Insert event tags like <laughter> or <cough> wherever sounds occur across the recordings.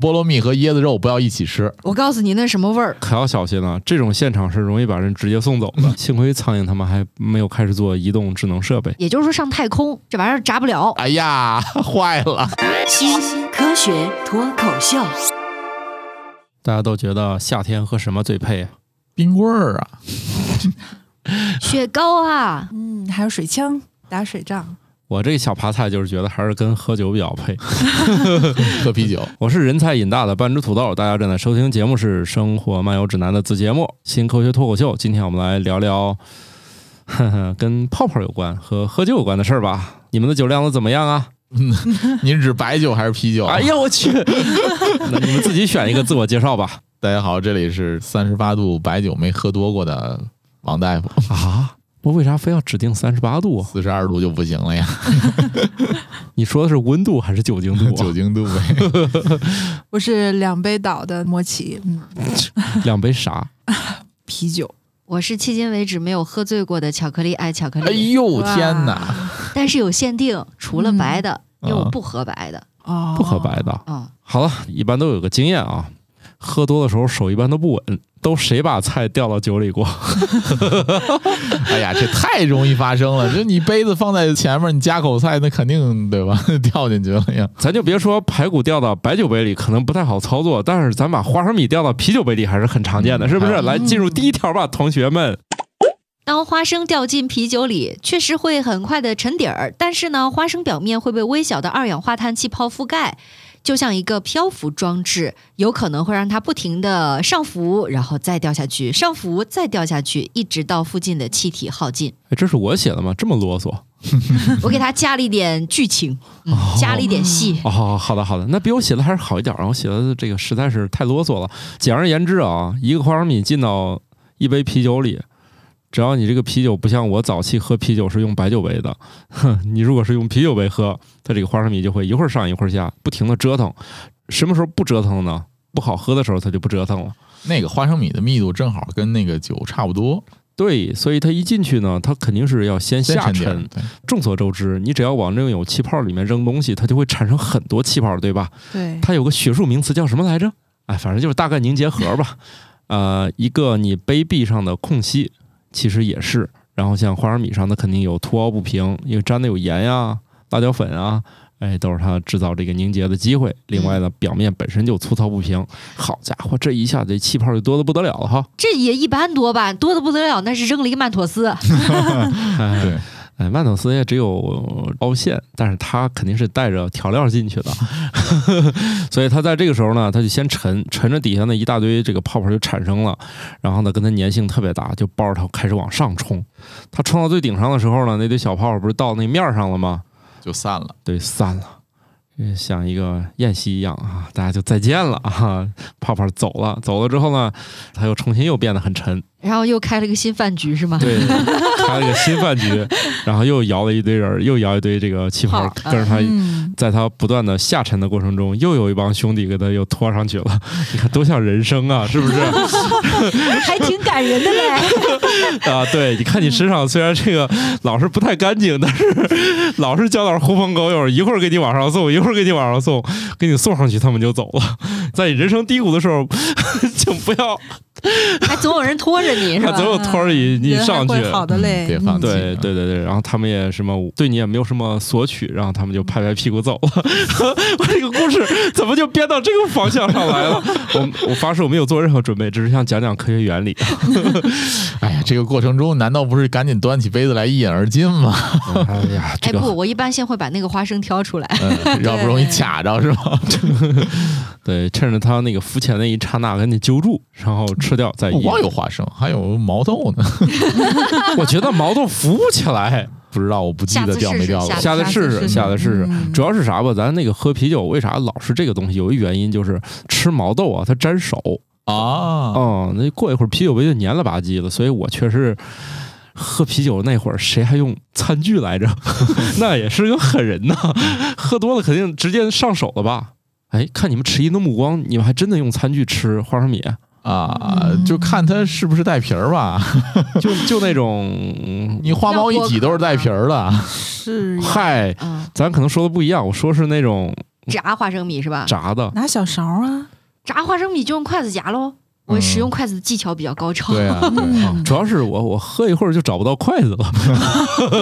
菠萝蜜和椰子肉不要一起吃。我告诉你那什么味儿，可要小心了，这种现场是容易把人直接送走的。幸亏苍蝇他们还没有开始做移动智能设备。也就是说上太空这玩意儿炸 <laughs> 不了。哎呀，坏了！新科学脱口秀，大家都觉得夏天喝什么最配啊？冰棍儿啊，雪糕啊，嗯，还有水枪、打水仗，我这小爬菜就是觉得还是跟喝酒比较配。喝啤 <laughs> 酒。我是人菜瘾大的半只土豆，大家正在收听节目是《生活漫游指南》的子节目《新科学脱口秀》。今天我们来聊聊呵呵跟泡泡有关和喝酒有关的事儿吧。你们的酒量都怎么样啊？您指白酒还是啤酒？啊哎呀，我去！ <laughs> 那你们自己选一个自我介绍吧。大家好，这里是三十八度白酒没喝多过的王大 <laughs> 夫，啊，我为啥非要指定三十八度啊？四十二度就不行了呀，你说的是温度还是 <laughs> 酒精度、啊？酒精度呗。我是两杯倒的莫奇，嗯，两杯啥？啤酒，我是迄今为止没有喝醉过的巧克力爱巧克 <laughs> 哎力，哦呦天哪！哇，但是有限定，除了白的，嗯因为我啊不喝白的。哦，不喝白的。嗯，好了，一般都有个经验啊，喝多的时候手一般都不稳，都谁把菜掉到酒里过？哎呀，这太容易发生了。就你杯子放在前面，你夹口菜，那肯定对吧？ <laughs> 掉进去了呀。 <laughs> 咱就别说排骨掉到白酒杯里可能不太好操作，但是咱把花生米掉到啤酒杯里还是很常见的，是不是？嗯来进入第一条吧，同学们。当花生掉进啤酒里，确实会很快的沉底儿，但是呢，花生表面会被微小的二氧化碳气泡覆盖，就像一个漂浮装置，有可能会让它不停的上浮，然后再掉下去，上浮再掉下去，一直到附近的气体耗尽。哎，这是我写的吗？这么啰嗦？我给它加了一点剧情，嗯、加了一点戏。哦，好的好的，那比我写的还是好一点儿。我写的这个实在是太啰嗦了。简而言之啊，一个花生米进到一杯啤酒里，只要你这个啤酒不像我早期喝啤酒是用白酒杯的，哼，你如果是用啤酒杯喝，它这个花生米就会一会儿上一会儿下，不停的折腾。什么时候不折腾呢？不好喝的时候它就不折腾了。那个花生米的密度正好跟那个酒差不多，对，所以它一进去呢，它肯定是要先先沉下底儿沉。对众所周知，你只要往这种有气泡里面扔东西，它就会产生很多气泡，对吧？对，它有个学术名词叫什么来着？哎，反正就是大概凝结核吧。呃，一个你杯壁上的空隙，其实也是。然后像花生米上，它肯定有凸凹不平，因为沾的有盐呀、辣椒粉啊，哎，都是它制造这个凝结的机会。另外呢，表面本身就粗糙不平，好家伙，这一下这气泡就多的不得了了哈。这也一般多吧，多的不得了，那是扔了一个曼妥思。哎对，哎，曼妥思也只有凹陷，但是它肯定是带着调料进去的， <laughs> 所以它在这个时候呢，它就先沉，沉着底下那一大堆这个泡泡就产生了，然后呢，跟它粘性特别大，就抱着它开始往上冲。它冲到最顶上的时候呢，那堆小泡泡不是到那面儿上了吗？就散了。对，散了，呃像一个宴席一样啊，大家就再见了啊，泡泡走了，走了之后呢，它又重新又变得很沉，然后又开了个新饭局是 <laughs> 吗？对，开了个新饭局，然后又摇了一堆人儿，又摇一堆这个气泡，泡跟着他，嗯，在他不断的下沉的过程中，又有一帮兄弟给他又拖上去了。 <laughs> 你看，多像人生啊， <laughs> 是不是？还挺感人的嘞。啊，对，你看你身上虽然这个老是不太干净，但是 <laughs> 老是交点狐朋狗友，一会儿给你往上送，一会儿给你往上送，给你送上去，他们就走了。 <laughs> 在你人生低谷的时候， <laughs> 请不要，还总有人拖着你是他吧总？有托儿你你嗯人还上去。会好的嘞，别放嗯弃对对对对，然后他们也什么对你也没有什么索取，然后他们就拍拍屁股走 <laughs> 了。我这个故事怎么就编到这个方向上来 <laughs> 了？我我发誓我没有做任何准备，只是想讲讲科学原理。哎呀，这个过程中难道不是赶紧端起杯子来一饮而尽吗？哎 <laughs> 呀，哎这不，个我一般先会把那个花生挑出来。嗯，要不容易卡着是 <laughs> 吧？对，趁着他那个浮潜那一刹那赶紧揪住，然后吃掉再不一。光有花生，还有毛豆呢。 <laughs> 我觉得毛豆浮不起 <laughs> 来，不知道，我不记得掉没掉过下。下次下次试试试，试下次试试。嗯主要是啥吧？咱那个喝啤酒为啥老是这个东西？有一原因就是吃毛豆啊，它沾手。啊，哦，那过一会儿啤酒杯就黏了吧唧了，所以我确实喝啤酒那会儿，谁还用餐具来着？那也是个狠人呐，喝多了肯定直接上手了吧？哎，看你们迟疑的目光，你们还真的用餐具吃花生米，啊，就看它是不是带皮儿吧。就就那种，你花 <laughs> 毛一体都是带皮儿的，嗯是呀嗨，嗯，咱可能说的不一样，我说是那种炸花生米是吧？炸的，拿小勺啊，炸花生米就用筷子夹喽。嗯我使用筷子的技巧比较高超，对啊，对啊 <laughs> 嗯主要是我我喝一会儿就找不到筷子了， <laughs>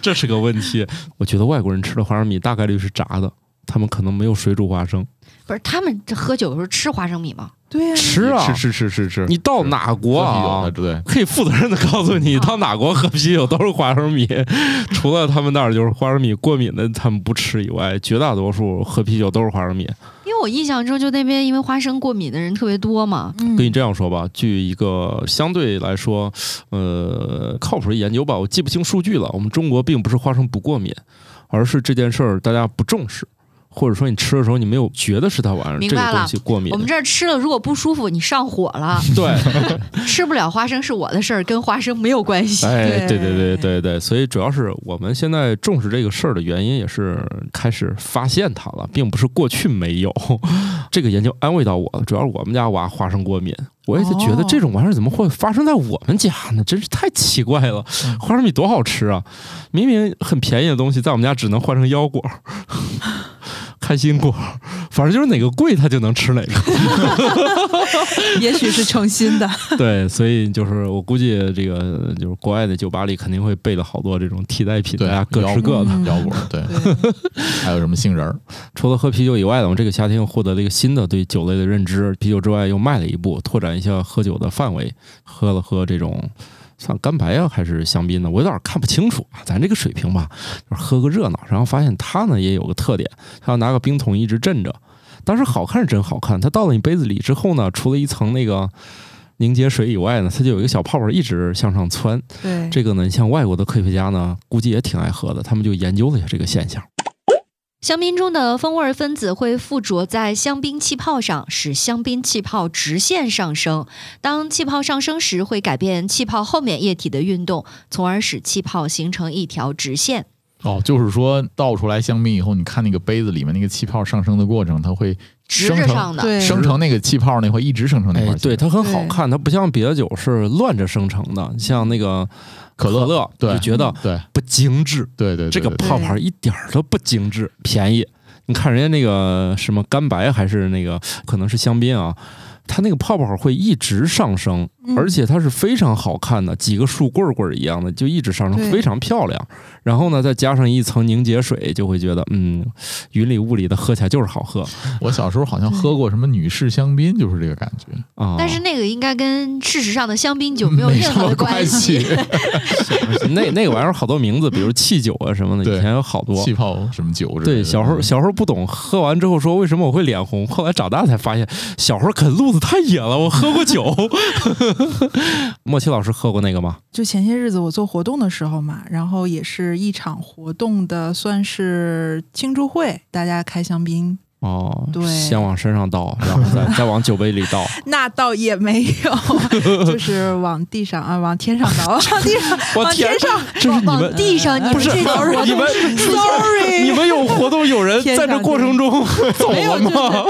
这是个问题。我觉得外国人吃的花生米大概率是炸的，他们可能没有水煮花生。不是他们这喝酒的时候吃花生米吗？对呀、吃啊，吃吃吃吃吃，你到哪国喝啊啤？酒嗯的可以负责任的告诉你，啊到哪国喝啤酒都是花生米， <laughs> 除了他们那儿就是花生米过敏的他们不吃以外，绝大多数喝啤酒都是花生米。因为我印象中就那边因为花生过敏的人特别多嘛。嗯跟你这样说吧，据一个相对来说，呃，靠谱的研究吧，我记不清数据了。我们中国并不是花生不过敏，而是这件事儿大家不重视，或者说你吃的时候你没有觉得是它玩意儿明这白个了东西过敏我。们这儿吃了，如果不舒服，你上火了，对，吃不了花生是我的事儿，跟花生没有关系。哎，对对对对对对，所以主要是我们现在重视这个事儿的原因，也是嗯开始发现它了，并不是过去没有。 <laughs> 这个研究安慰到我了，主要是我们家娃花生过敏，我也就觉得哦这种玩意儿怎么会发生在我们家呢？真是太奇怪了！嗯花生米多好吃啊，明明很便宜的东西，在我们家只能换成腰果、 <laughs> 开心果，反正就是哪个贵它就能吃哪个。也许是诚 <laughs> 心的，对，所以就是我估计这个就是国外的酒吧里肯定会备了好多这种替代品，大对啊家各腰吃果各的。嗯对，腰果对，对，还有什么杏仁儿？除了喝啤酒以外呢，我们这个夏天又获得了一个新的对酒类的认知。啤酒之外又迈了一步，拓展一下喝酒的范围，喝了喝这种算干白啊还是香槟呢？我有点看不清楚啊，咱这个水平吧，就是喝个热闹。然后发现它呢也有个特点，它要拿个冰桶一直镇着。当时好看是真好看，它倒到你杯子里之后呢，除了一层那个凝结水以外呢，它就有一个小泡泡一直向上窜。对这个呢，你像外国的科学家呢，估计也挺爱喝的，他们就研究了一下这个现象。香槟中的风味分子会附着在香槟气泡上，使香槟气泡直线上升。当气泡上升时，会改变气泡后面液体的运动，从而使气泡形成一条直线。哦，就是说倒出来香槟以后，你看那个杯子里面那个气泡上升的过程，它会直生着成上的对生成那个气泡，那会一直生成那块哎儿，气对，泡。它很好看，它不像别的酒是乱着生成的，像那个可乐，乐对就觉得对不精致，对对，对这个对泡泡一点儿都不精致，便宜。你看人家那个什么干白还是那个可能是香槟啊，它那个泡泡会一直上升，嗯而且它是非常好看的，几个树棍儿棍儿一样的，就一直上升，对非常漂亮。然后呢，再加上一层凝结水，就会觉得嗯，云里雾里的喝起来就是好喝我小时候好像喝过什么女士香槟，就是这个感觉，啊。但是那个应该跟事实上的香槟 <laughs> 酒没有没任什何么的关系。 <laughs> 系。那那个玩意儿好多名字，比如汽酒啊什么的，对以前有好 <laughs> 多。气泡什么酒之类的对，小时候小时候不懂，喝完之后说为什么我会脸红，后来长大才发现，小时候啃路子太野了，我喝过酒。 <laughs> 莫奇老师喝过那个吗？嗯就前些日子我做活动的时候嘛，然后也是一场活动的算是庆祝会，大家开香槟，哦，对先往身上倒，然后 <laughs> 再再往酒杯里倒。那倒也没有，就是往地上啊，往天上倒，往地上，我往天天，上。这是你往们地 <laughs> 上，呃你不们这是种活动你们是出现 Sorry，你们有活动有人天在上这过程中 <laughs> 走没有了吗？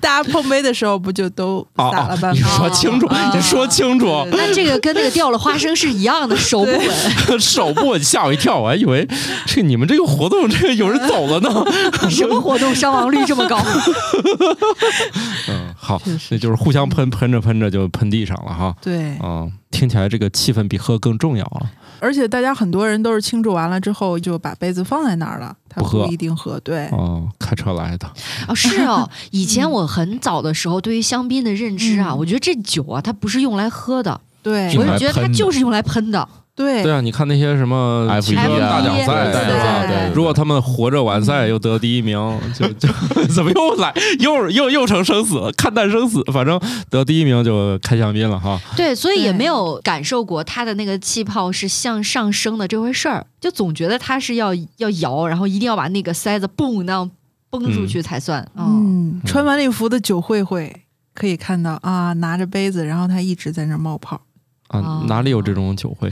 大家碰杯的时候不就都啊撒了啊！半你杯？说清楚，啊你哦说清楚，对那这个跟那个掉了花生是一样的，手不稳。 <laughs> 手部吓我一跳，我还以为这你们这个活动这个有人走了 <laughs> 呢。什么活动伤亡率这么高？ <laughs> 嗯，好确，实那就是互相喷，喷着喷着就喷地上了哈。对，啊，听起来这个气氛比喝更重要啊了。而且大家很多人都是庆祝完了之后就把杯子放在那儿了，他不喝一定喝。对，哦，开车来的，哦，是 <laughs> 哦，以前我很早的时候对于香槟的认知啊，嗯我觉得这酒啊，它不是用来喝的，对用来我是觉得它喷的就是用来喷的。对对啊，你看那些什么 F 汽一啊车大奖赛， F1 对啊对对如果他们活着完赛又得第一名，就 <laughs> 就怎么又来又又又成生死了，看淡生死，反正得第一名就开香槟了哈。对，所以也对没有感受过它的那个气泡是向上升的这回事儿，就总觉得它是要要摇，然后一定要把那个塞子嘣那样崩出去才算。嗯，嗯，穿晚礼服的酒会会可以看到啊，拿着杯子，然后他一直在那儿冒泡，啊哦，哪里有这种酒会？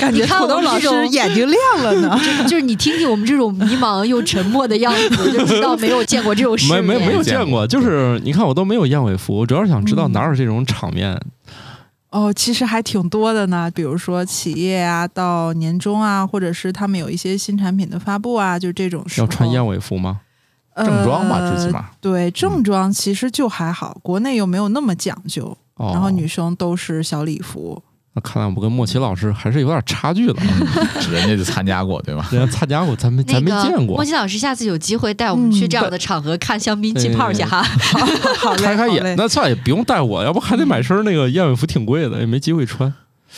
感觉觉土土豆豆老老师师眼睛亮了呢。就是你听听我们这种迷茫又沉默的样子，就知道没有见过这种世没面。没没有见见过过，就是你看我都没有燕尾服，我主要是想知道哪有这种场面。哦，其实还挺多的呢，比如说企业啊，到年终啊，或者是他们有一些新产品的发布啊，就这种时要候穿燕尾服吗？正装吧，最起呃。码。对，嗯正装其实就还好，国内又没有那么讲究，哦，然后女生都是小礼服。那看来我跟莫奇老师还是有点差距的啊， <laughs> 人家就参加过，对吧？人家参加过，咱们咱没那个见过莫。西老师，下次有机会带我们嗯去这样的场合看香槟气泡去哈。好嘞， <laughs> 开开好眼，嘞那算了，也不用带我，要不还得买身那个燕尾服，挺贵的，也没机会穿。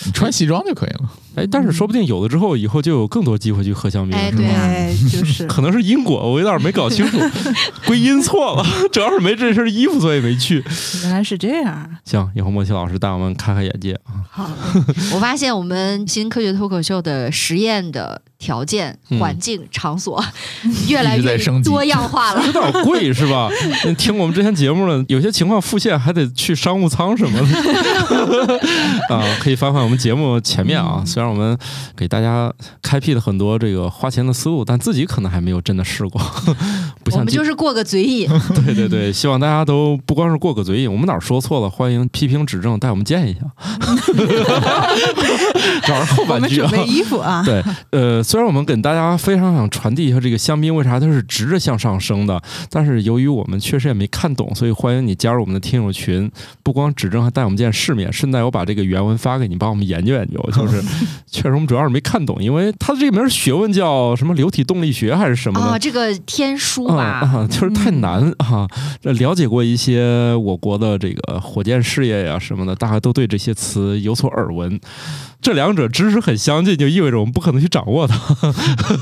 你穿西装就可以了。哎，但是说不定有了之后，以后就有更多机会去喝香槟嗯了，哎是吧对啊哎，就是 <laughs> 可能是因果，我有点没搞清 <laughs> 楚，归因错了，主要是没这身衣服，所以没去。原来是这 <laughs> 样。啊行，以后莫奇老师带我们开开眼界啊！好嘞， <laughs> 我发现我们新科学脱口秀的实验的条件、嗯环境、场所越来一直在越升级多样化了。有点贵是吧？ <laughs> 你听我们之前节目了，有些情况复现还得去商务舱什么 <laughs> 的啊，可以翻翻我们节目前面嗯啊。虽然我们给大家开辟了很多这个花钱的思路，但自己可能还没有真的试过， <laughs> <laughs> 我不像们今就是过个嘴瘾， <laughs> 对对对，希望大家都不光是过个嘴瘾，我们哪儿说错了，欢迎批评指正，带我们见一下。 <laughs> 主要是后我半们句准啊。备衣服啊。 <laughs> 对，呃，虽然我们给大家非常想传递一下这个香槟为啥它是直着向上升的，但是由于我们确实也没看懂，所以欢迎你加入我们的听友群，不光指正，还带我们见世面，顺带我把这个原文发给你，帮我们研究研 <laughs> 究。就是确实我们主要是没看懂，因为它的这个名儿学问叫什么流体动力学还是什么的啊、，这个天书啊吧，嗯啊， <laughs> 就是太难啊！这了解过一些我国的这个火箭事业呀、什么的，大家都对这些词有所耳闻。这两者知识很相近，就意味着我们不可能去掌握它。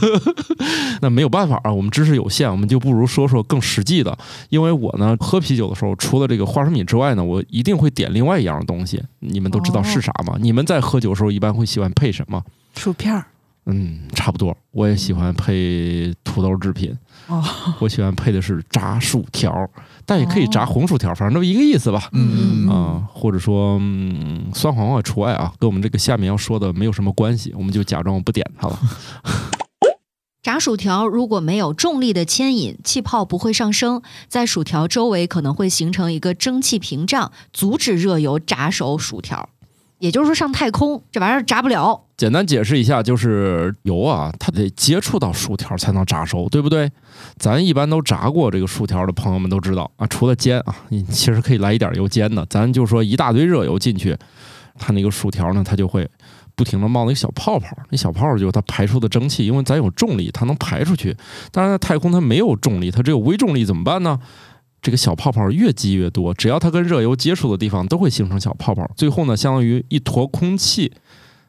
<laughs> 那没有办法啊，我们知识有限，我们就不如说说更实际的。因为我呢，喝啤酒的时候，除了这个花生米之外呢，我一定会点另外一样东西。你们都知道哦是啥吗？你们在喝酒的时候一般会喜欢配什么？薯片儿嗯，差不多。我也喜欢配土豆制品。哦，我喜欢配的是炸薯条儿，但也可以炸红薯条儿，反正都一个意思吧。嗯啊、嗯，或者说、嗯、酸黄瓜除外啊，跟我们这个下面要说的没有什么关系，我们就假装我不点它了。炸薯条如果没有重力的牵引，气泡不会上升，在薯条周围可能会形成一个蒸汽屏障，阻止热油炸熟薯条。也就是说，上太空这玩意儿炸不了。简单解释一下，就是油啊，它得接触到薯条才能炸熟，对不对？咱一般都炸过这个薯条的朋友们都知道啊，除了煎啊，你其实可以来一点油煎的，咱就说一大堆热油进去，它那个薯条呢，它就会不停的冒那个小泡泡，那小泡就是它排出的蒸汽，因为咱有重力，它能排出去。但是在太空它没有重力，它只有微重力，怎么办呢？这个小泡泡越积越多，只要它跟热油接触的地方都会形成小泡泡，最后呢，相当于一坨空气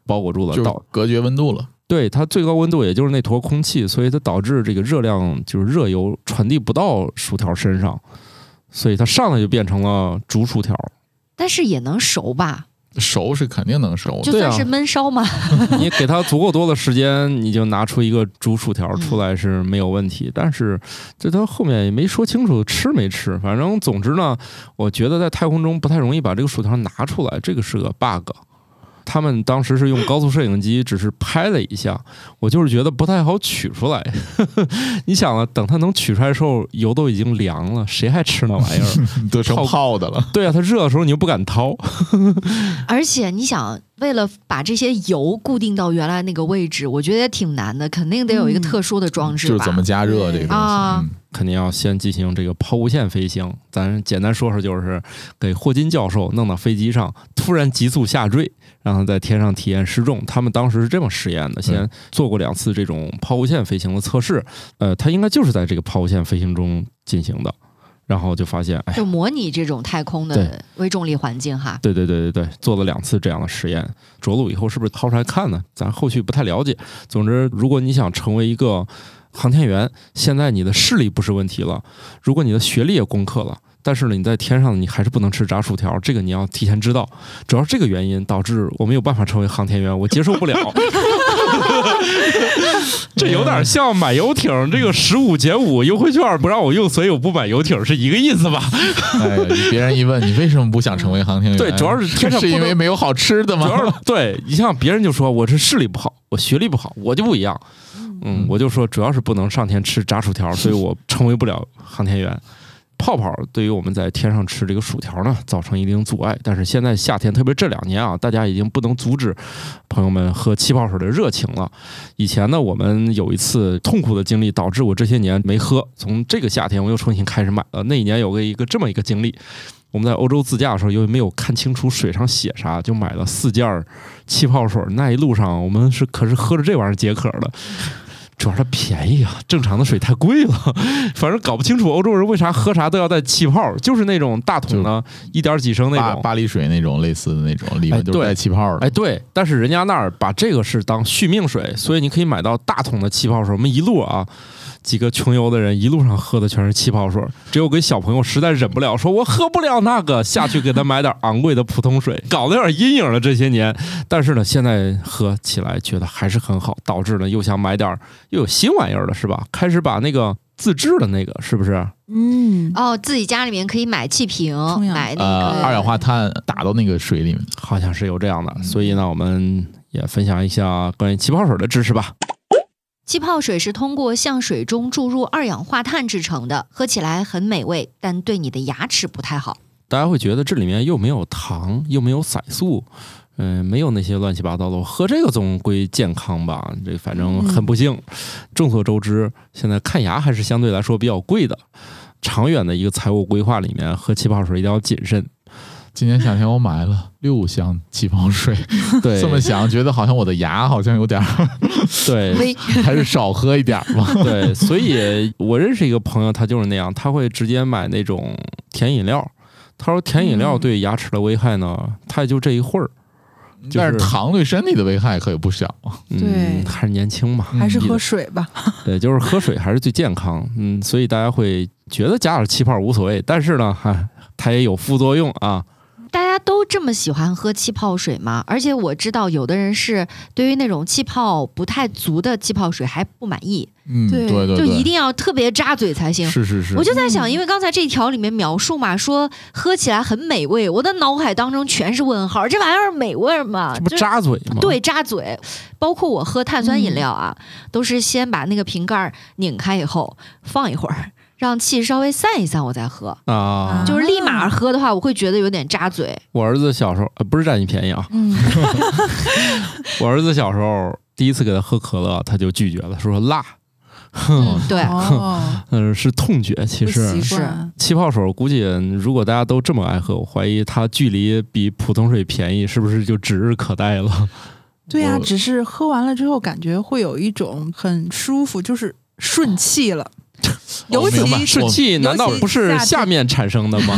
包裹住了，就嗯到是隔绝温度了。对，它最高温度也就是那坨空气，所以它导致这个热量就是热油传递不到薯条身上，所以它上来就变成了煮薯条。但是也能熟吧，熟是肯定能熟的，就对啊算是焖烧嘛。你给它足够多的时间，你就拿出一个煮薯条出来是没有问题。但是这它后面也没说清楚吃没吃，反正总之呢，我觉得在太空中不太容易把这个薯条拿出来，这个是个 bug。他们当时是用高速摄影机，只是拍了一下，我就是觉得不太好取出来。 <laughs> 你想啊，等它能取出来的时候，油都已经凉了，谁还吃那玩意 <laughs> 儿？都成泡的了。对啊，它热的时候你又不敢掏，而且你想，为了把这些油固定到原来那个位置，我觉得也挺难的，肯定得有一个嗯特殊的装就置是吧。怎么加热这个东啊西，嗯肯定要先进行这个抛物线飞行。咱简单说说，就是给霍金教授弄到飞机上，突然急速下坠，让他在天上体验失重。他们当时是这么实验的，先做过两次这种抛物线飞行的测试。呃，他应该就是在这个抛物线飞行中进行的，然后就发现，哎呀就模拟这种太空的对微重力环境哈。对对对对对，做了两次这样的实验，着陆以后是不是掏出来看呢？咱后续不太了解。总之，如果你想成为一个航天员，现在你的视力不是问题了，如果你的学历也攻克了。但是呢，你在天上你还是不能吃炸薯条，这个你要提前知道。主要是这个原因导致我没有办法成为航天员，我接受不了。 <laughs> 这有点像买游艇，这个十五减五优惠券不让我用，所以我不买游艇是一个意思吧？哎呀，别人一问你为什么不想成为航天员，对主要是天上是不因为能没有好吃的主要 <laughs> 吗？是对你像别人就说我是视力不好，我学历不好，我就不一样。嗯，我就说主要是不能上天吃炸薯条，所以我成为不了航天员。泡泡对于我们在天上吃这个薯条呢，造成一定阻碍。但是现在夏天，特别这两年啊，大家已经不能阻止朋友们喝气泡水的热情了。以前呢，我们有一次痛苦的经历，导致我这些年没喝。从这个夏天，我又重新开始买了。那一年有个一个这么一个经历，我们在欧洲自驾的时候，由于没有看清楚水上写啥，就买了四件儿气泡水。那一路上，我们是可是喝着这玩意儿解渴的。 <laughs> 主要它便宜啊，正常的水太贵了。 <laughs> 反正搞不清楚欧洲人为啥喝啥都要带气泡，就是那种大桶的，一点几升那巴种。巴黎水那种类似的那种，里面都是哎对带气泡的。哎，对，但是人家那儿把这个是当续命水，所以你可以买到大桶的气泡水。我们一路啊，几个穷游的人一路上喝的全是气泡水，只有给小朋友实在忍不了，说我喝不了那个，下去给他买点昂贵的普通水，搞得有点阴影了这些年。但是呢，现在喝起来觉得还是很好，导致呢又想买点儿又有新玩意儿了，是吧？开始把那个自制的那个是不是？嗯，哦，自己家里面可以买气瓶，冲氧买那呃，个二氧化碳打到那个水里面，好像是有这样的，所以呢，我们也分享一下关于气泡水的知识吧。气泡水是通过向水中注入二氧化碳制成的，喝起来很美味，但对你的牙齿不太好。大家会觉得这里面又没有糖，又没有色素，嗯、没有那些乱七八糟的。我喝这个总归健康吧？这反正嗯很不幸。众所周知，现在看牙还是相对来说比较贵的。长远的一个财务规划里面，喝气泡水一定要 <laughs> 谨慎。今年夏天我买了六箱气泡水，对，这么想觉得好像我的牙好像有点儿，对 <laughs> 喂，还是少喝一点儿吧。对，所以我认识一个朋友，他就是那样，他会直接买那种甜饮料。他说甜嗯饮料对牙齿的危害呢，他也就这一会儿。就是但是糖对身体的危害可也不小啊。嗯、对还是年轻嘛，还是嗯喝水吧。对，就是喝水还是最健康。嗯，所以大家会觉得加点气泡无所谓，但是呢，哈、它也有副作用啊。大家都这么喜欢喝气泡水吗？而且我知道有的人是对于那种气泡不太足的气泡水还不满意，嗯，对对对对，就一定要特别扎嘴才行。是是是，我就在想，嗯因为刚才这条里面描述嘛，说喝起来很美味，我的脑海当中全是问号，这玩意儿美味吗？这不就是扎嘴吗？对，扎嘴。包括我喝碳嗯酸饮料啊，都是先把那个瓶盖儿拧开以后放一会儿，让气稍微散一散，我再喝。啊， <laughs> 就是立马喝的话，我会觉得有点扎嘴。我儿子小时候、呃、不是占你便宜啊，嗯，我儿子小时候第一次给他喝可乐，他就拒绝了，说辣，嗯， <laughs> 对， <laughs> 哦，嗯、是痛觉，其不实。习惯，气泡水，估计如果大家都这么爱喝，我怀疑它距离比普通水便宜，是不是就指日可待了？对呀、我只是喝完了之后感觉会有一种很舒服，就是顺气了。尤其明白是气难道不是下面产生的吗？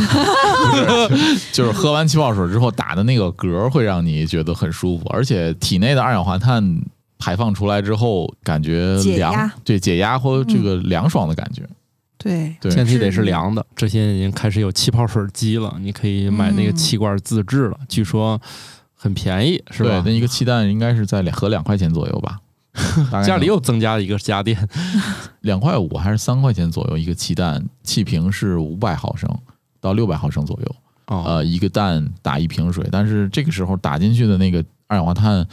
就是喝完气泡水之后打的那个嗝会让你觉得很舒服，而且体内的二氧化碳排放出来之后，感觉解凉，压对解压或这个凉爽的感觉。对，对前提是得是凉的。这些已经开始有气泡水机了，你可以买嗯那个气罐自制了，据说很便宜，是对吧，那？一个气蛋应该是在两合两块钱左右吧。大概家里又增加了一个家电，两块五还是三块钱左右一个气蛋，气瓶是五百毫升到六百毫升左右。哦，呃，一个蛋打一瓶水，但是这个时候打进去的那个二氧化碳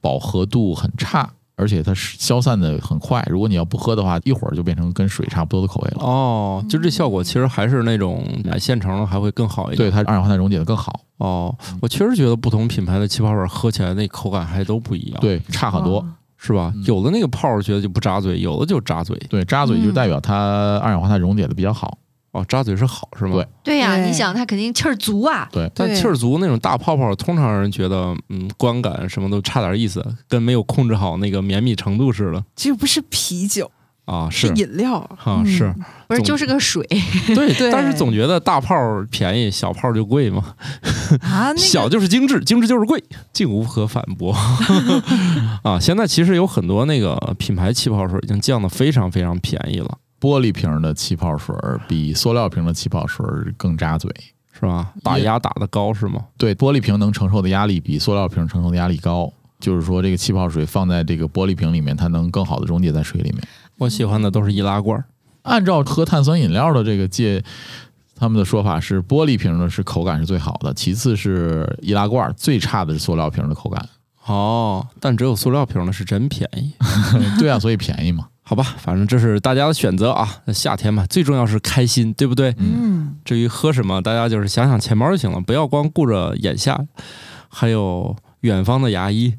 饱和度很差，而且它是消散的很快。如果你要不喝的话，一会儿就变成跟水差不多的口味了。哦，就这嗯效果其实还是那种买现成的还会更好一对，点。它二氧化碳溶解的更好，哦，我确实觉得不同品牌的气泡水喝起来那口感还都不一样，对，差很哦多。哇。是吧？嗯有的那个泡儿觉得就不扎嘴，有的就扎嘴。对，扎嘴就代表它二氧化碳溶解的比较好。哦，扎嘴是好是吗？对对呀、对你想他肯定气儿足啊。但对气儿足那种大泡泡，通常让人觉得，嗯，观感什么都差点意思，跟没有控制好那个绵密程度似的这不是啤酒，啊。是是饮料啊，是不是，总就是个水， <laughs> 对，对但是总觉得大泡儿便宜，小泡儿就贵嘛，啊，那小个就是精致，精致就是贵，竟无可反 <laughs> 驳啊。现在其实有很多那个品牌气泡水已经降的非常非常便宜了，玻璃瓶的气泡水儿比塑料瓶的气泡水儿更扎嘴。是吧？打压打的高是吗？对，玻璃瓶能承受的压力比塑料瓶承受的压力高。就是说，这个气泡水放在这个玻璃瓶里面，它能更好的溶解在水里面。我喜欢的都是易拉罐儿，按照喝碳酸饮料的这个界，他们的说法是玻璃瓶的是口感是最好的，其次是易拉罐，最差的是塑料瓶的口感。 <laughs> 哦，但只有塑料瓶儿的是真便宜。对啊，所以便宜嘛。好吧，反正这是大家的选择啊。那夏天嘛，最重要是开心，对不对？嗯，至于喝什么，大家就是想想钱包就行了，不要光顾着眼下，还有远方的牙 <laughs> 医。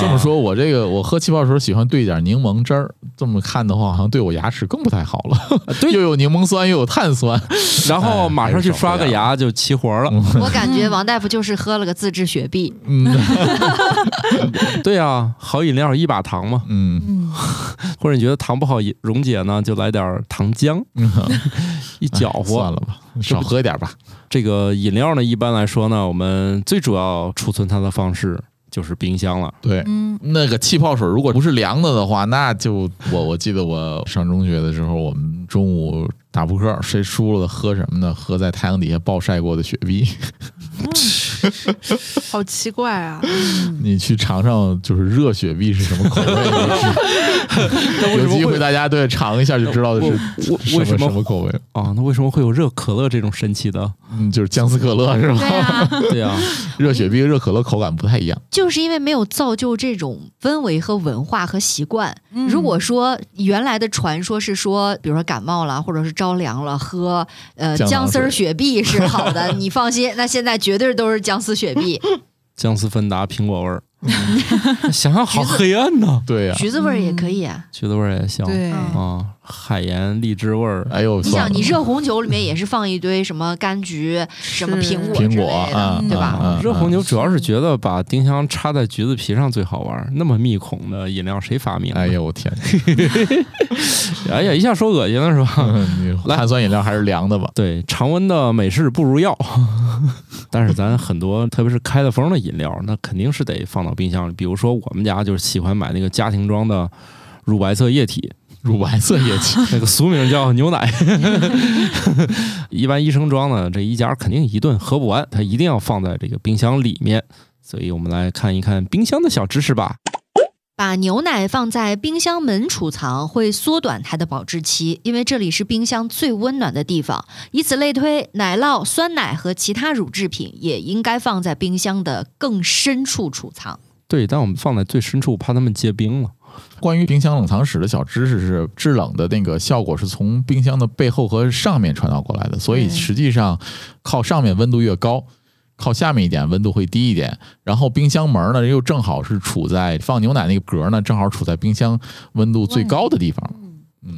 这么说，我这个我喝气泡水喜欢兑一点柠檬汁儿，这么看的话，好像对我牙齿更不太好了。对，又有柠檬酸，又有碳酸。然后马上去刷个哎还是少喝牙就齐活了。我感觉王大夫就是喝了个自制雪碧，嗯 <laughs> 对啊，好饮料一把糖嘛，嗯嗯，或者你觉得糖不好溶解呢，就来点儿糖浆嗯，一搅哎和。算了吧，少喝一点吧。这个饮料呢，一般来说呢，我们最主要储存它的方式就是冰箱了。对，嗯那个气泡水如果不是凉的的话，那就我 <laughs> 我记得我上中学的时候，我们中午打扑克，谁输了喝什么呢？喝在太阳底下暴晒过的雪碧。嗯好奇怪啊！ <laughs> 你去尝尝，就是热雪碧是什么口味？就是 <laughs> 有机会大家对尝一下就知道我是我什为么什么什么口味。啊？那为什么会有热可乐这种神 <laughs> 奇的？嗯，就是姜丝可乐是吧？哎啊，对啊，热雪碧、热可乐口感不太一样。就是因为没有造就这种氛围和文化和习惯。嗯如果说原来的传说是说，比如说感冒了或者是着凉了，喝呃姜姜糖丝儿水雪碧是好 <laughs> 的，你放心。那现在绝对都是姜丝雪碧，姜丝芬达苹果味儿，嗯 <laughs> 想想好黑暗呐、对呀、橘子味儿也可以嗯啊。橘子味儿也香对，嗯啊，海盐荔枝味儿，哎呦，你算想，了你热红酒里面也是放一堆什么柑橘、什么苹果之苹类果的啊，，对吧？嗯嗯热红牛主要是觉得把丁香插在橘子皮上最好玩儿，那么密孔的饮料谁发明的？哎呦，我天！ <laughs> 哎呀，一下说恶心了是吧？你碳酸饮料还是凉的吧？对，常温的美式不如药， <laughs> 但是咱很多，特别是开了封的饮料，那肯定是得放到冰箱里。比如说我们家就是喜欢买那个家庭装的乳白色液体，乳白色液体， <laughs> 那个俗名叫牛奶。一般医生装呢，这一家肯定一顿喝不完，它一定要放在这个冰箱里面。所以我们来看一看冰箱的小知识吧。把牛奶放在冰箱门储藏会缩短它的保质期，因为这里是冰箱最温暖的地方。以此类推，奶酪、酸奶和其他乳制品也应该放在冰箱的更深处储藏。对，但我们放在最深处，怕它们结冰了。关于冰箱冷藏室的小知识是，制冷的那个效果是从冰箱的背后和上面传导过来的，所以对实际上靠上面温度越高，靠下面一点温度会低一点。然后冰箱门呢又正好是处在放牛奶那个格呢，正好处在冰箱温度最高的地方。嗯嗯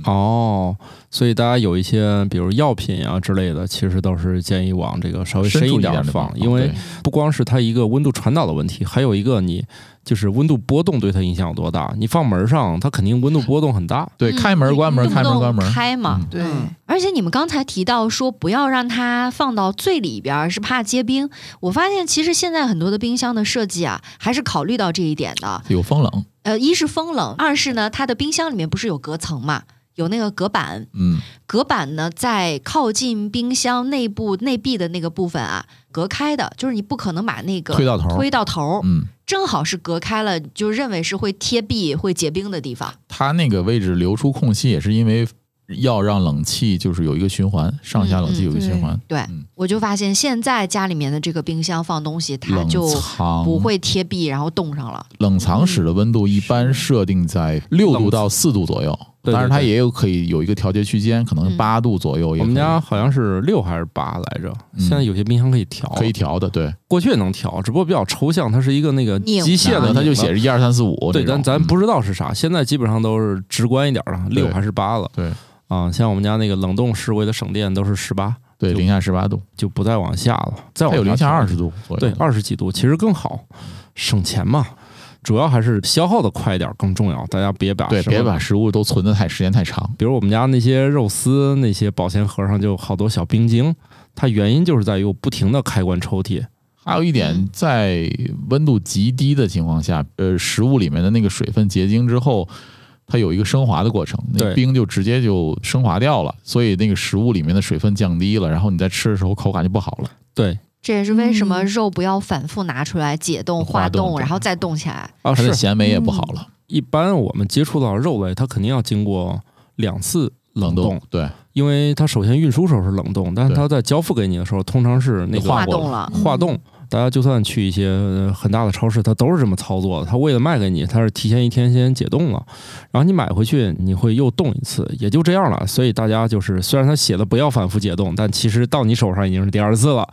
哦，所以大家有一些，比如药品啊之类的，其实都是建议往这个稍微深深处一一点点儿的放地，方因为对不光是它一个温度传导的问题，还有一个你就是温度波动对它影响有多大。你放门上，它肯定温度波动很大。对，嗯开门关门，动不开门动关门，开嘛。对嗯而且你们刚才提到说不要让它放到最里边儿，是怕结冰。我发现其实现在很多的冰箱的设计啊，还是考虑到这一点的。有风冷，呃，一是风冷，二是呢，它的冰箱里面不是有隔层嘛，有那个隔板。嗯，隔板呢，在靠近冰箱内部内壁的那个部分啊，隔开的，就是你不可能把那个推到头，推到头儿，嗯。正好是隔开了，就认为是会贴壁、会结冰的地方。它那个位置留出空隙，也是因为要让冷气就是有一个循环，上下冷气有一个循环，对，嗯我就发现现在家里面的这个冰箱放东西，它冷就藏不会贴壁，然后冻上了。冷藏室嗯的温度一般设定在六度到四度左右，对对当然它也有可以有一个调节区间，可能是八度左右也可以，我们家好像是六还是八来着，嗯现在有些冰箱可以调，可以调的，对，过去也能调，只不过比较抽象，它是一个那个拧机械啊的，那它就写着一二三四五，对，这咱种咱嗯不知道是啥，现在基本上都是直观一点儿了，六对还是八了。对啊，像我们家那个冷冻室为了省电都是十八，嗯对零下十八度，就不再往下了，再往它有零下调二十度左右，对，二十几度其实更好，省钱嘛。主要还是消耗的快一点更重要，大家别把对，什么别把食物都存的太时间太长，比如我们家那些肉丝那些保鲜盒上就有好多小冰晶，它原因就是在于我不停的开关抽屉，还有一点嗯，在温度极低的情况下，呃，食物里面的那个水分结晶之后，它有一个升华的过程，那对冰就直接就升华掉了，所以那个食物里面的水分降低了，然后你在吃的时候口感就不好了。对这也是为什么嗯肉不要反复拿出来解冻、化化冻冻，对然后再冻起来。啊它的是嗯咸美也不好了，一般我们接触到肉类，它肯定要经过两次冷冻，冻对因为它首先运输时候是冷冻，但是对它在交付给你的时候，通常是那个化化过冻了，化冻，嗯大家就算去一些呃很大的超市，它都是这么操作的。它为了卖给你，它是提前一天先解冻了，然后你买回去，你会又冻一次，也就这样了。所以大家就是，虽然它写的不要反复解冻，但其实到你手上已经是第二次了。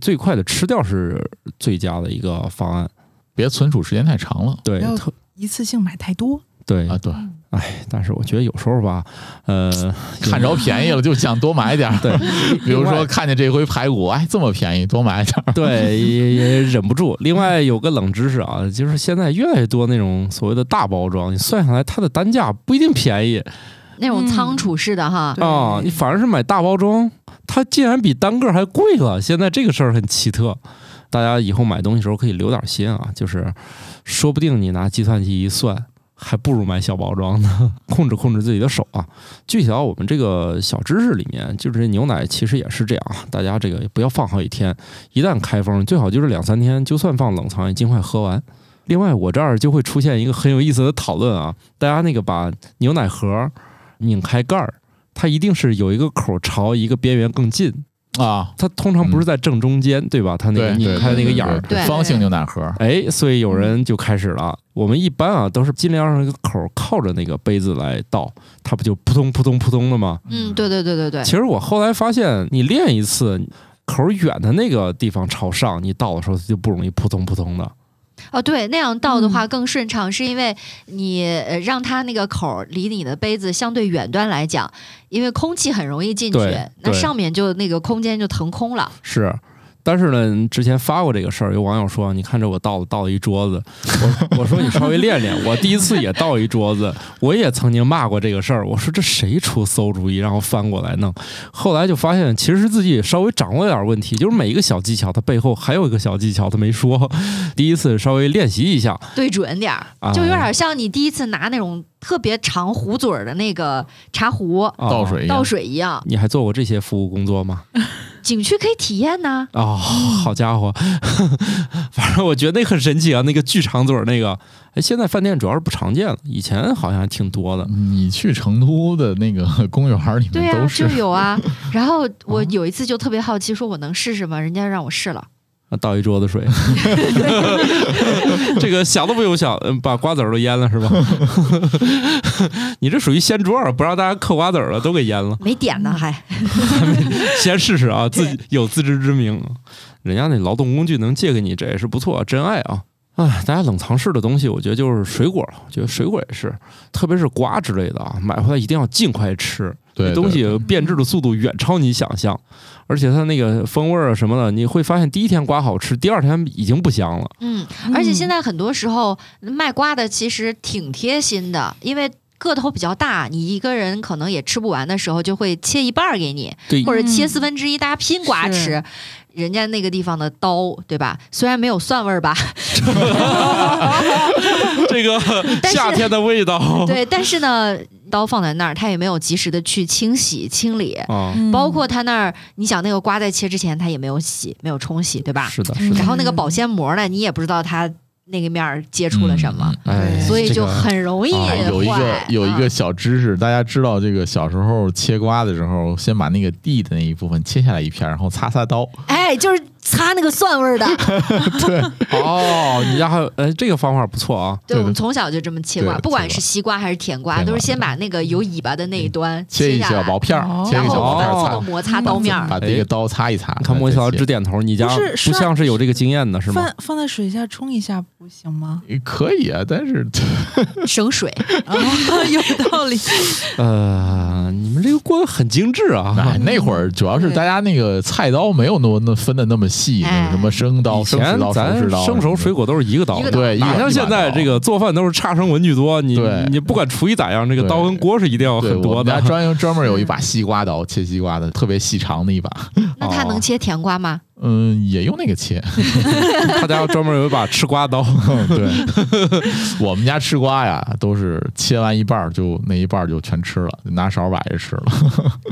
最快的吃掉是最佳的一个方案，别存储时间太长了对，要特一次性买太多，对啊。。对，但是我觉得有时候吧，呃， <laughs> 看着便宜了就想多买 <laughs> 点儿，对，比如另外说看见这回排骨，哎，这么便宜，多买点儿。对，也也忍不住。另外有个冷知识啊，就是现在越来越多那种所谓的大包装，你算下来它的单价不一定便宜那种嗯仓储式的哈，对啊、你反而是买大包装，它竟然比单个还贵了。现在这个事儿很奇特，大家以后买东西的时候可以留点心啊，就是说不定你拿计算器一算。还不如买小包装呢， <laughs> 控制控制自己的手啊。具体到我们这个小知识里面，就是这牛奶其实也是这样啊，大家这个不要放好几天，一旦开封，最好就是两三天，就算放冷藏也尽快喝完。另外，我这儿就会出现一个很有意思的讨论啊，大家那个把牛奶盒拧开盖儿，它一定是有一个口朝一个边缘更近，啊，它通常不是在正中间，对吧？它那个嗯对，拧对开对那个对眼儿，对对方形牛奶盒，哎，所以有人就开始了。我们一般啊都是尽量让那个口儿靠着那个杯子来倒，它不就扑通扑通扑通的吗？嗯，对对对对对其，实我后来发现，你练一次，口儿远的那个地方朝上，你倒的时候它就不容易扑通扑通的。哦对，那样倒的话嗯更顺畅，是因为你呃让它那个口儿离你的杯子相对远端来讲，因为空气很容易进去对，那对上面就那个空间就腾空了。是，但是呢，之前发过这个事儿，有网友说，你看这我倒了倒了一桌子，我我说你稍微练练，我第一次也倒一桌子，我也曾经骂过这个事儿，我说这谁出馊主意让我翻过来弄？后来就发现其实是自己稍微掌握了点问题，就是每一个小技巧它背后还有一个小技巧它没说，第一次稍微练习一下，对准点儿，就有点像你第一次拿那种特别长壶嘴儿的那个茶壶啊、倒。水一样倒水一样。你还做过这些服务工作吗？景区可以体验呐、哦，好家伙， <laughs> 反正我觉得那很神奇啊，那个巨长嘴儿那个，哎，现在饭店主要是不常见了，以前好像还挺多的。你去成都的那个 <laughs> 公园儿里对面呀、都是就有啊。然后我有一次就特别好奇，说我能试试吗？人家让我试了，啊倒一桌子水，这个想都不用想，嗯把瓜子儿都淹了是吧？ <laughs> 你这属于掀桌儿，不让大家嗑瓜子儿了，都给淹了。没点呢还。先试试啊，自己有自知之明。人家那劳动工具能借给你，这也是不错，真爱啊！哎，大家冷藏室的东西，我觉得就是水果了。我觉得水果也是，特别是瓜之类的啊，买回来一定要尽快吃。对这东对西变质的速度远超你想象，而且它那个风味儿啊什么的，你会发现第一天瓜好吃，第二天已经不 <laughs> 香了。嗯，而且现在在很多时候卖瓜的其实挺贴心的，因为。个头比较大，你一个人可能也吃不完的时候，就会切一半儿给你，对或者切嗯四分之一，大家拼瓜吃是。人家那个地方的刀，对吧？虽然没有蒜味儿吧，这个但是夏天的味道，对，但是呢，刀放在那儿，它也没有及时的去清洗清理，啊，嗯包括它那儿，你想那个瓜在切之前，它也没有洗，没有冲洗，对吧？是的，是的，然后那个保鲜膜呢，你也不知道它那个面儿接触了什么，哎，嗯所以这就个很容易坏、啊哎有一个有一啊个小知识，大家知道这个小时候切瓜的时候，先把那个蒂的那一部分切下来一片儿，然后擦擦刀。哎，就是擦那个蒜味儿的。哦，你家还有哎，这个方法不错啊。对 <laughs> 对，对我们从小就这么切瓜，对不管切瓜是西瓜还是甜瓜，甜瓜嗯都是先把那个有尾巴的那一端切一嗯下小来，薄片儿，哦切一然个小薄后片儿再哦通擦过，摩擦刀面儿。把这个刀擦一擦。你看莫小小瑶直点头，你家不是不涮像是有这个经验的是吗放？放在水下冲一下不 <laughs> 行吗？可以啊，但是 <laughs> 省水，啊，有道理。呃，你们这个过得很精致啊。哎 <laughs> 那会儿主要是对大家那个菜刀没有那么那分的那么细，哎那什么生刀、以生食前刀、咱熟食刀、生熟水果，果都是一个刀一个，刀对，一把哪像现在这。一把刀个做饭都是差生文具多，你对你不管厨艺咋样，这个对刀跟锅是一定要对，很我多们家的。 <laughs> 专专门有一把西瓜刀，切西瓜的，特别细长的一把，那它哦能切甜瓜吗？嗯，也用那个切。他家专门有一把吃瓜 <laughs> 刀，对， <laughs> 我们家吃瓜呀，都是切完一半儿就那一半儿就全吃了，拿勺摆着吃了，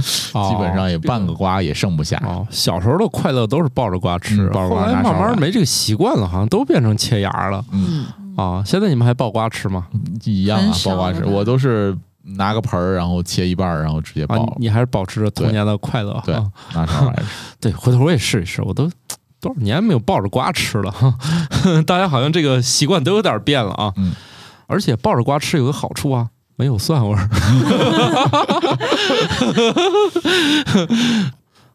基本上也半个瓜也剩不下。哦，小时候的快乐都是抱着瓜吃，嗯抱着瓜后来拿勺慢慢来没这个习惯了，好像都变成切芽了嗯，啊。现在你们还抱瓜吃吗？一样啊很，少包瓜了吃，吧我都是拿个盆儿，然后切一半儿，然后直接啊包，，你还是保持着童年的快乐。对啊拿勺来吃。对，回头我也试一试，我都多少年没有抱着瓜吃了，大家好像这个习惯都有点变了啊。嗯而且抱着瓜吃有个好处啊，没有蒜味儿。 <laughs>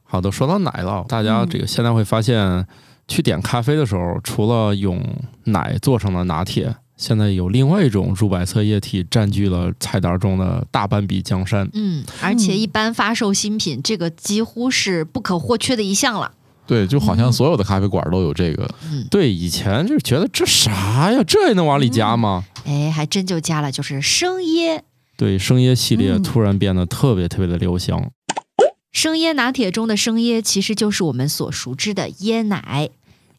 好的，说到奶酪，大家这个现在会发现，去点咖啡的时候，除了用奶做成的拿铁，现在有另外一种乳白色液体占据了菜单中的大半壁江山。嗯，而且一般发售新品，这个几乎是不可或缺的一项了。嗯对，就好像所有的咖啡馆都有这嗯个，对，以前就觉得这啥呀，这也能往里加吗？哎，还真就加了，就是生椰。对，生椰系列嗯突然变得特别特别的流行。生椰拿铁中的生椰，其实就是我们所熟知的椰奶。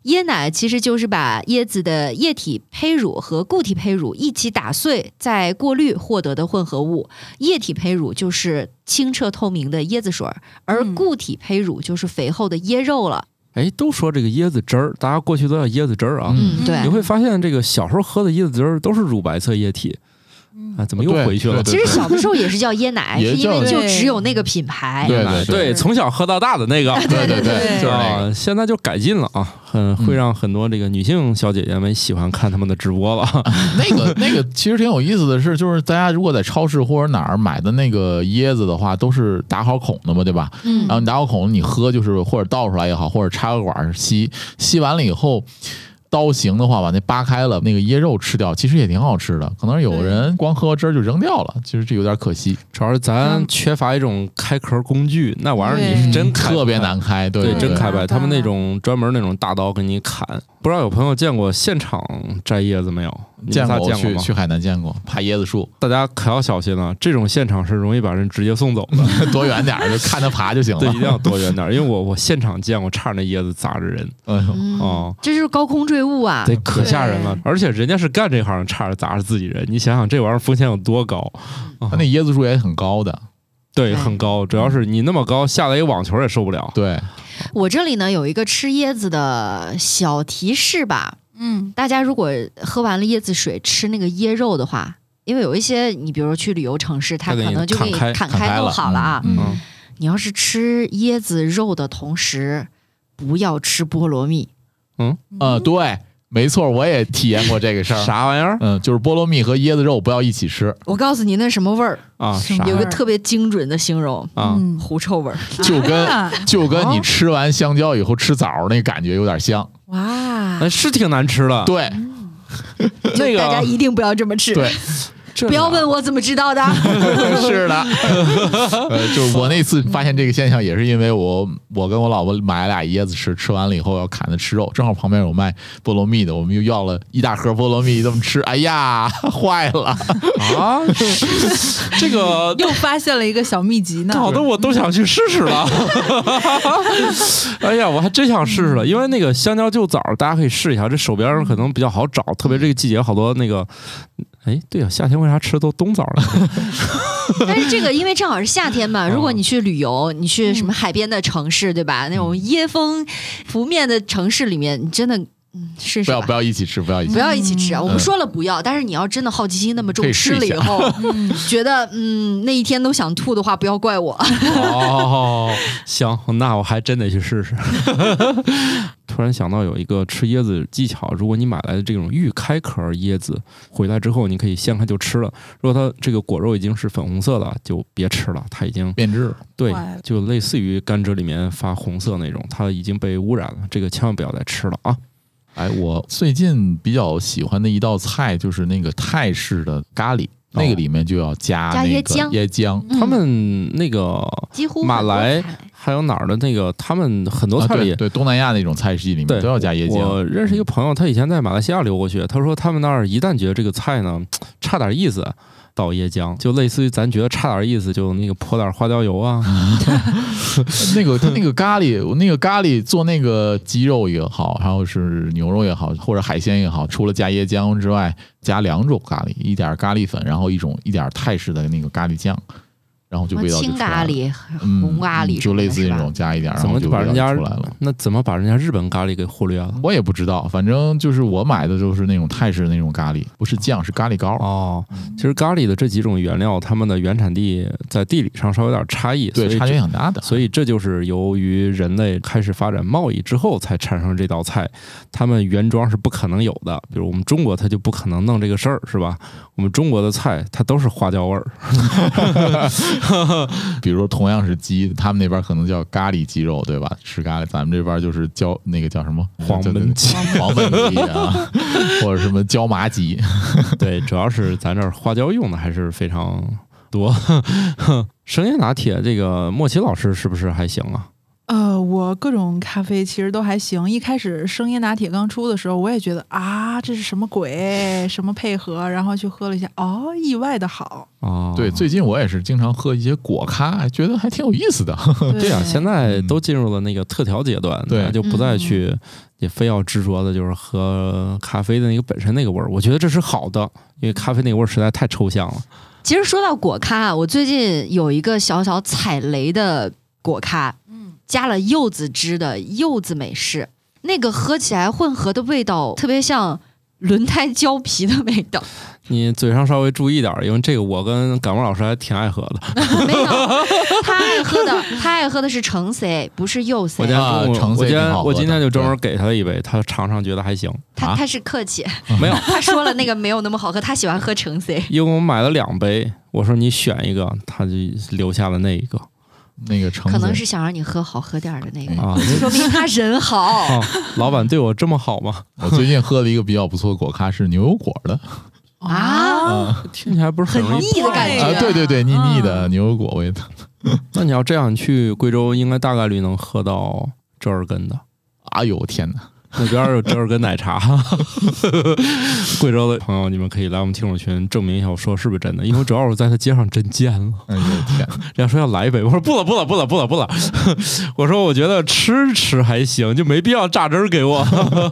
椰奶其实就是把椰子的液体胚乳和固体胚乳一起打碎，再过滤获得的混合物。液体胚乳就是清澈透明的椰子水儿，而嗯固体胚乳就是肥厚的椰肉了。哎，都说这个椰子汁儿，大家过去都叫椰子汁儿啊。嗯，对你。会发现，这个小时候喝的椰子汁儿都是乳白色液体，嗯啊，怎么又对回去了？对其实小的时候也是叫椰 <laughs> 奶，也是因叫为就对只有那个品牌。对对哎对，从小喝到大的那个， <laughs> 对对对对就是那个。啊，现 <laughs> 在就改进了啊，很会让很多这个女性小姐姐们喜欢看他们的直播了。嗯那哦个 <laughs> 那个其实挺有意思的是，就是大家如果在超市或者哪儿买的那个椰子的话，都是打好孔的嘛，对吧？嗯然后你打好孔，你喝就是或者倒出来也好，或者插个管儿吸，吸完了以后。刀行的话，把那扒开了，那个椰肉吃掉，其实也挺好吃的。可能有人光喝汁儿就扔掉了，其实这有点可惜，主要是咱缺乏一种开壳工具，那玩意儿你是对真开不嗯特别开难开。对对，对真对开吧掰。他们那种专门那种大刀给你砍，不知道有朋友见过现场摘叶子没有？你见们仨过，我见过去吗？去海南见过，爬椰子树， <laughs> 大家可要小心了，这种现场是容易把人直接送走的，躲远点儿，就看它爬就行对，一定了。<laughs> 要躲远点儿。因为我我现场见过，差点那叶子砸着人，嗯，嗯哦这就是高空坠物啊这！可吓人了。而且人家是干这行，差点砸着自己人。你想想这玩意儿风险有多高？它那椰子树也很高的，对，哎很高。主要是你那么高，下来一网球也受不了。对，我这里呢有一个吃椰子的小提示吧，嗯，大家如果喝完了椰子水吃那个椰肉的话，因为有一些你比如说去旅游城市，它它给可你能就给你砍开砍砍开弄了好了啊。嗯嗯，你要是吃椰子肉的同时，不要吃菠萝蜜。呃，嗯对，没错，我也体验过这个事儿。啥玩意儿嗯，就是菠萝蜜和椰子肉不要一起吃，我告诉你那什么味儿，啊？是啥吗有味个儿特别精准的形容，啊？嗯狐臭味儿。就跟啊就跟你吃完香蕉以后吃枣儿那感觉有点像。哇那！哎是挺难吃的。对那就个大家一定不要这么吃，对，对不要问我怎么知道的。是 <laughs> 的。呃，就是我那次发现这个现象，也是因为我我跟我老婆买了俩椰子吃，吃完了以后要砍着吃肉，正好旁边有卖菠萝蜜的，我们又要了一大盒菠萝蜜，这么吃，哎呀， <laughs> 坏了。啊，这 <laughs> 个又发现了一个小秘籍呢。搞得我都想去试试了。 <laughs> 哎呀，我还真想试试了，因为那个香蕉就枣，大家可以试一下，这手边儿可能比较好找，特别这个季节好多那个。哎，对呀、夏天为啥吃的都冬枣 <laughs> 了？ <laughs> 但是这个因为正好是夏天嘛，嗯如果你去旅游，你去什么海边的城市，对吧？那种椰风拂面的城市里面，你真的嗯试不试要吧不。要一起吃，不要一起不吃。要一起吃啊！我嗯们说了不要，但是你要真的好奇心那么可以重，试吃一了以下后觉得嗯那一天都想吐的话，不要怪我。 <laughs> 哦，行，那我还真得去试 <laughs> 试。突然想到有一个吃椰子技巧，如果你买来的这种预开壳椰子，回来之后你可以掀开就吃了。如果它这个果肉已经是粉红色的，就别吃了，它已经变质了，对坏了，就类似于甘蔗里面发红色那种，它已经被污染了，这个千万不要再吃了啊！哎，我最近比较喜欢的一道菜就是那个泰式的咖喱，哦那个里面就要加加那椰个浆椰浆。他们那个嗯几乎马很多来菜还有哪儿的那个，他们很多啊菜里对，对，东南亚那种菜系里面对都要加椰浆。我认识一个朋友，他以前在马来西亚留过学，他说他们那儿一旦觉得这个菜呢差点意思。倒椰浆就类似于咱觉得差点意思，就那个泼点花椒油啊，嗯那个它那个咖喱，我那个咖喱做那个鸡肉也好，还有是牛肉也好，或者海鲜也好，除了加椰浆之外，加两种咖喱，一点咖喱粉，然后一种一点泰式的那个咖喱酱。然后就什么味道就青出来咖了，喱、嗯红咖喱什么的，就类似那种是吧。加一点，然 <laughs> 怎后么就把味人道家出来了。嗯那怎么把人家日本咖喱给忽略了？我也不知道，反正就是我买的就是那种泰式的那种咖喱，不是酱，是咖喱膏。哦，其实咖喱的这几种原料，它们的原产地在地理上稍微有点差异，对，所以差这距很大的。所以这就是由于人类开始发展贸易之后才产生这道菜，他们原装是不可能有的。比如我们中国，它就不可能弄这个事儿，是吧？我们中国的菜它都是花椒味儿，比如说同样是鸡，他们那边可能叫咖喱鸡肉，对吧？吃咖喱，咱们这边就是椒那个叫什么黄焖鸡、黄焖鸡 <laughs> 啊，或者什么椒麻鸡。对，主要是咱这儿花椒用的还是非常多。 <laughs> 生椰拿铁这个莫奇老师是不是还行啊？呃，我各种咖啡其实都还行。一开始生椰拿铁刚出的时候，我也觉得啊，这是什么鬼，什么配合，然后去喝了一下，哦，意外 <laughs> 的好。哦，对，最近我也是经常喝一些果咖，觉得还挺有意思的。对对啊，现在嗯都进入了那个特调阶段，对那就不再去也非要执着的，就是喝咖啡的那个本身那个味儿。我觉得这是好的，因为咖啡那个味儿实在太抽象了。其实说到果咖啊，我最近有一个小小踩雷的果咖，嗯加了柚子汁的柚子美式，那个喝起来混合的味道特别像轮胎胶皮的味道，你嘴上稍微注意点儿，因为这个我跟感冒老师还挺爱喝的。没有，他爱喝的他爱喝的是橙 C，不是柚 C，我今天啊中午橙子我也今挺天好喝我今的天就专门给他了一杯，他尝尝觉得还行。他啊他是客气，嗯没有，他说了那个没有那么好喝，他喜欢喝橙 C。因为我买了两杯，我说你选一个，他就留下了那一个那个 <laughs> 橙可子嗯能是想让你喝好喝点儿的那个，啊。说明他人好。哦，老板对我这么好吗？ <laughs> 我最近喝了一个比较不错的果咖，是牛油果的哦啊， <laughs> 听起来不是很容易腻的感哎啊呀觉。，对对对，腻腻的嗯牛油果味的那你要这样去贵州，应该大概率能喝到折耳根的，哎呦天哪！ <laughs> 那边儿有折耳根奶茶。 <laughs> 贵州的朋友，你们可以来我们听众群证明一下，我说是不是真的？因为主要我在他街上真见了，哎呦天哪！人家说要来一杯，我说不了不了不了不了不了， <laughs> 我说我觉得吃吃还行，就没必要榨汁儿给我。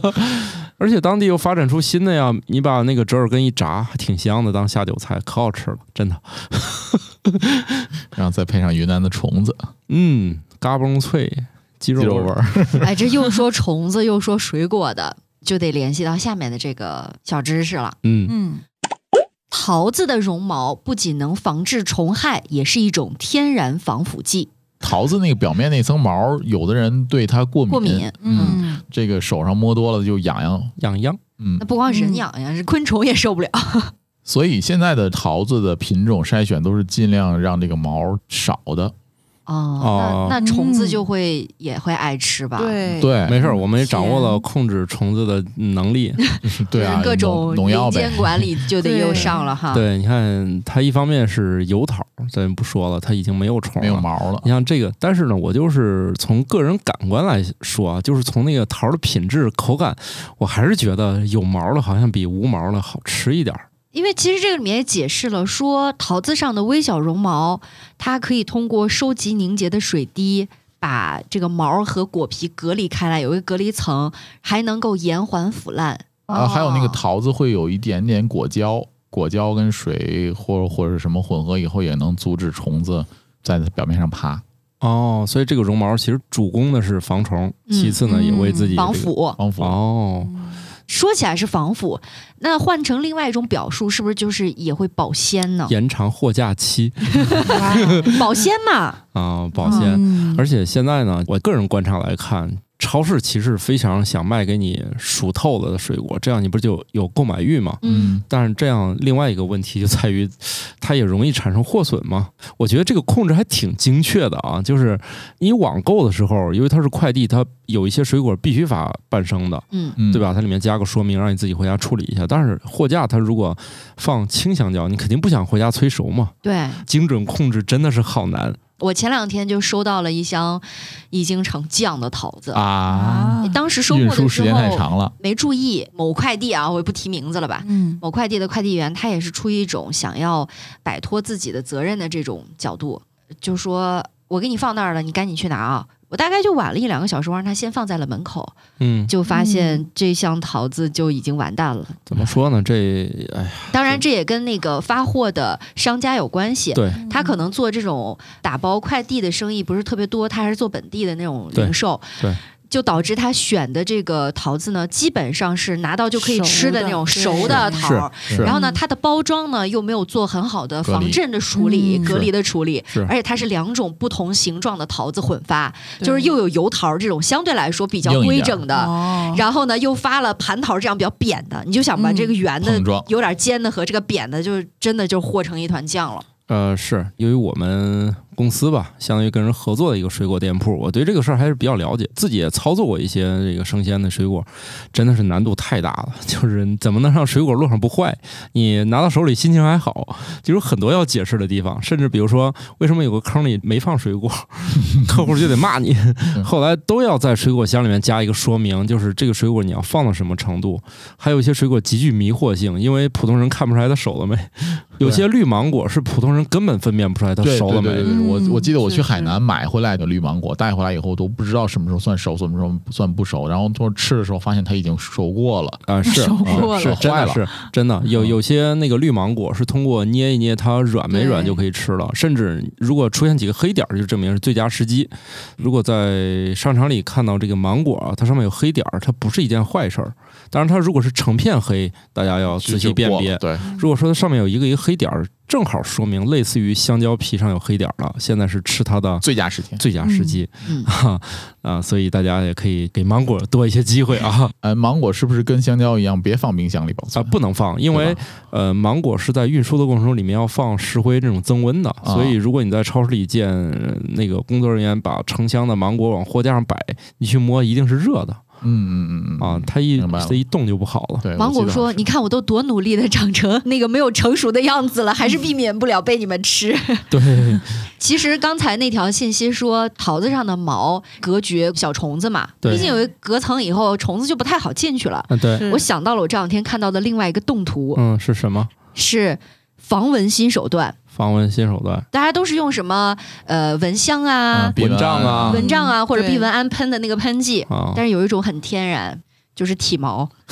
<laughs> 而且当地又发展出新的呀，你把那个折耳根一炸，还挺香的，当下酒菜可好吃了，真的。然后再配上云南的虫子，嗯，嘎嘣脆，鸡肉鸡肉味味儿儿， <laughs> 哎，这又说虫子又说水果的，就得联系到下面的这个小知识了。嗯，嗯，桃子的绒毛不仅能防治虫害，也是一种天然防腐剂。桃子那个表面那层毛，有的人对它过敏，过敏嗯，嗯，这个手上摸多了就痒痒，痒痒。嗯那，不光人痒痒，是昆虫也受不 <laughs> 了。所以现在的桃子的品种筛选都是尽量让这个毛少的，哦哦，那那虫子嗯就会也会爱吃吧？，对，对，没事儿，我们也掌握了控制虫子的能力。 <laughs> 对啊，各种农农药民呗间，管理就得又 <laughs> 对上了哈。对，你看，它一方面是油桃，咱不说了，它已经没有虫没有了。毛了哦你，像这个，但是呢，我就是从个人感官来说啊，就是从那个桃的品质、口感，我还是觉得有毛的好像比无毛的好吃一点儿。因为其实这个里面也解释了，说桃子上的微小绒毛，它可以通过收集凝结的水滴，把这个毛和果皮隔离开来，有一个隔离层，还能够延缓腐烂。啊，还有那个哦桃子会有一点点果胶，果胶跟水或或者是什么混合以后，也能阻止虫子在它表面上爬，哦，所以这个绒毛其实主攻的是防虫，嗯其次呢也为自己、这个防。腐，嗯防腐。哦，说起来是防腐，那换成另外一种表述，是不是就是也会保鲜呢？延长货架期哇保鲜 <laughs> 嘛，啊、保鲜。嗯而且现在呢，我个人观察来看，超市其实非常想卖给你熟透了的水果，这样你不就有购买欲吗？嗯，但是这样另外一个问题就在于， <laughs> 它也容易产生货损嘛。我觉得这个控制还挺精确的啊，就是你网购的时候，因为它是快递，它有一些水果必须发半生的，嗯，嗯对？吧？它里面加个说明，让你自己回家处理一下。但是货架它如果放青香蕉，你肯定不想回家催熟嘛。对。精准控制真的是好难我前两天就收到了一箱已经成酱的桃子，啊，啊，当时收运货输的时时间太候长了，没注意某快递啊，我也不提名字了吧，嗯某快递的快递员，他也是出于一种想要摆脱自己的责任的这种角度，就说我给你放那儿了，你赶紧去拿啊。我大概就晚了一两个小时，我让他先放在了门口，嗯，就发现嗯这箱桃子就已经完蛋了。怎么说呢？这哎呀，当然，这也跟那个发货的商家有关系。对，嗯他可能做这种打包快递的生意不是特别多，他还是做本地的那种对零售，对就导致他选的这个桃子呢，基本上是拿到就可以吃的那种熟的熟的桃儿。是是然后呢，嗯它的包装呢又没有做很好的隔离防震的处理、嗯隔离的处理是，而且它是两种不同形状的桃子混发，对就是又有油桃儿这种相对来说比较硬一规点整的，哦，然后呢，又发了蟠桃这样比较扁的，你就想把嗯这个圆的碰撞、有点尖的和这个扁的，就是真的就和成一团酱了。呃，是由于我们公司吧，相当于跟人合作的一个水果店铺，我对这个事儿还是比较了解，自己也操作过一些这个生鲜的水果，真的是难度太大了， <laughs> 就是怎么能让水果路上不坏，你拿到手里心情还好，就有很多要解释的地方，甚至比如说为什么有个坑里没放水果， <laughs> 客户就得骂你，嗯后来都要在水果箱里面加一个说明，就是这个水果你要放到什么程度，还有一些水果极具迷惑性，因为普通人看不出来它熟了没。有些绿芒果是普通人根本分辨不出来它对熟对了对对没。对，我嗯我记得我去是海是南买回来的绿芒果，带回来以后都不知道什么时候算熟，什么时候算不熟，然后说吃的时候发现它已经熟过了，啊， <laughs> 是熟过啊了嗯是真坏的了是真的有有些那个绿芒果是通过捏一捏它软没软对就可以吃了，甚至如果出现几个黑点儿，就证明是最佳时机。如果在商场里看到这个芒果啊，它上面有黑点儿，它不是一件坏事儿。当然，它如果是成片黑，大家要就仔细就辨过了别。对，如果说它上面有一个一个黑点儿，正好说明类似于香蕉皮上有黑点儿了，现在是吃它的最佳时间。最佳时机嗯，哈 <laughs> 啊，所以大家也可以给芒果多一些机会啊呃，芒果是不是跟香蕉一样，别放冰箱里保啊，存？不能放，因为对吧呃，芒果是在运输的过程中里面要放石灰这种增温的，啊所以如果你在超市里见呃那个工作人员把成箱的芒果往货架上摆，你去摸一定是热的嗯嗯嗯嗯啊，它一明白了它一动就不好了。对，芒呃我记果得说：“你看，我都多努力的长成那个没有成熟的样子了，还是避免不了被你们吃。对，其实刚才那条信息说，桃子上的毛隔绝小虫子嘛，对毕竟有一个隔层以后，虫子就不太好进去了。<laughs> 嗯对，是我想到了我这两天看到的另外一个动图，嗯是什么？是防蚊新手段。防蚊新手段，大家都是用什么呃蚊香啊啊、避蚊帐啊蚊帐啊，嗯或者对避蚊胺喷的那个喷剂，啊，但是有一种很天然。就是体毛， <laughs>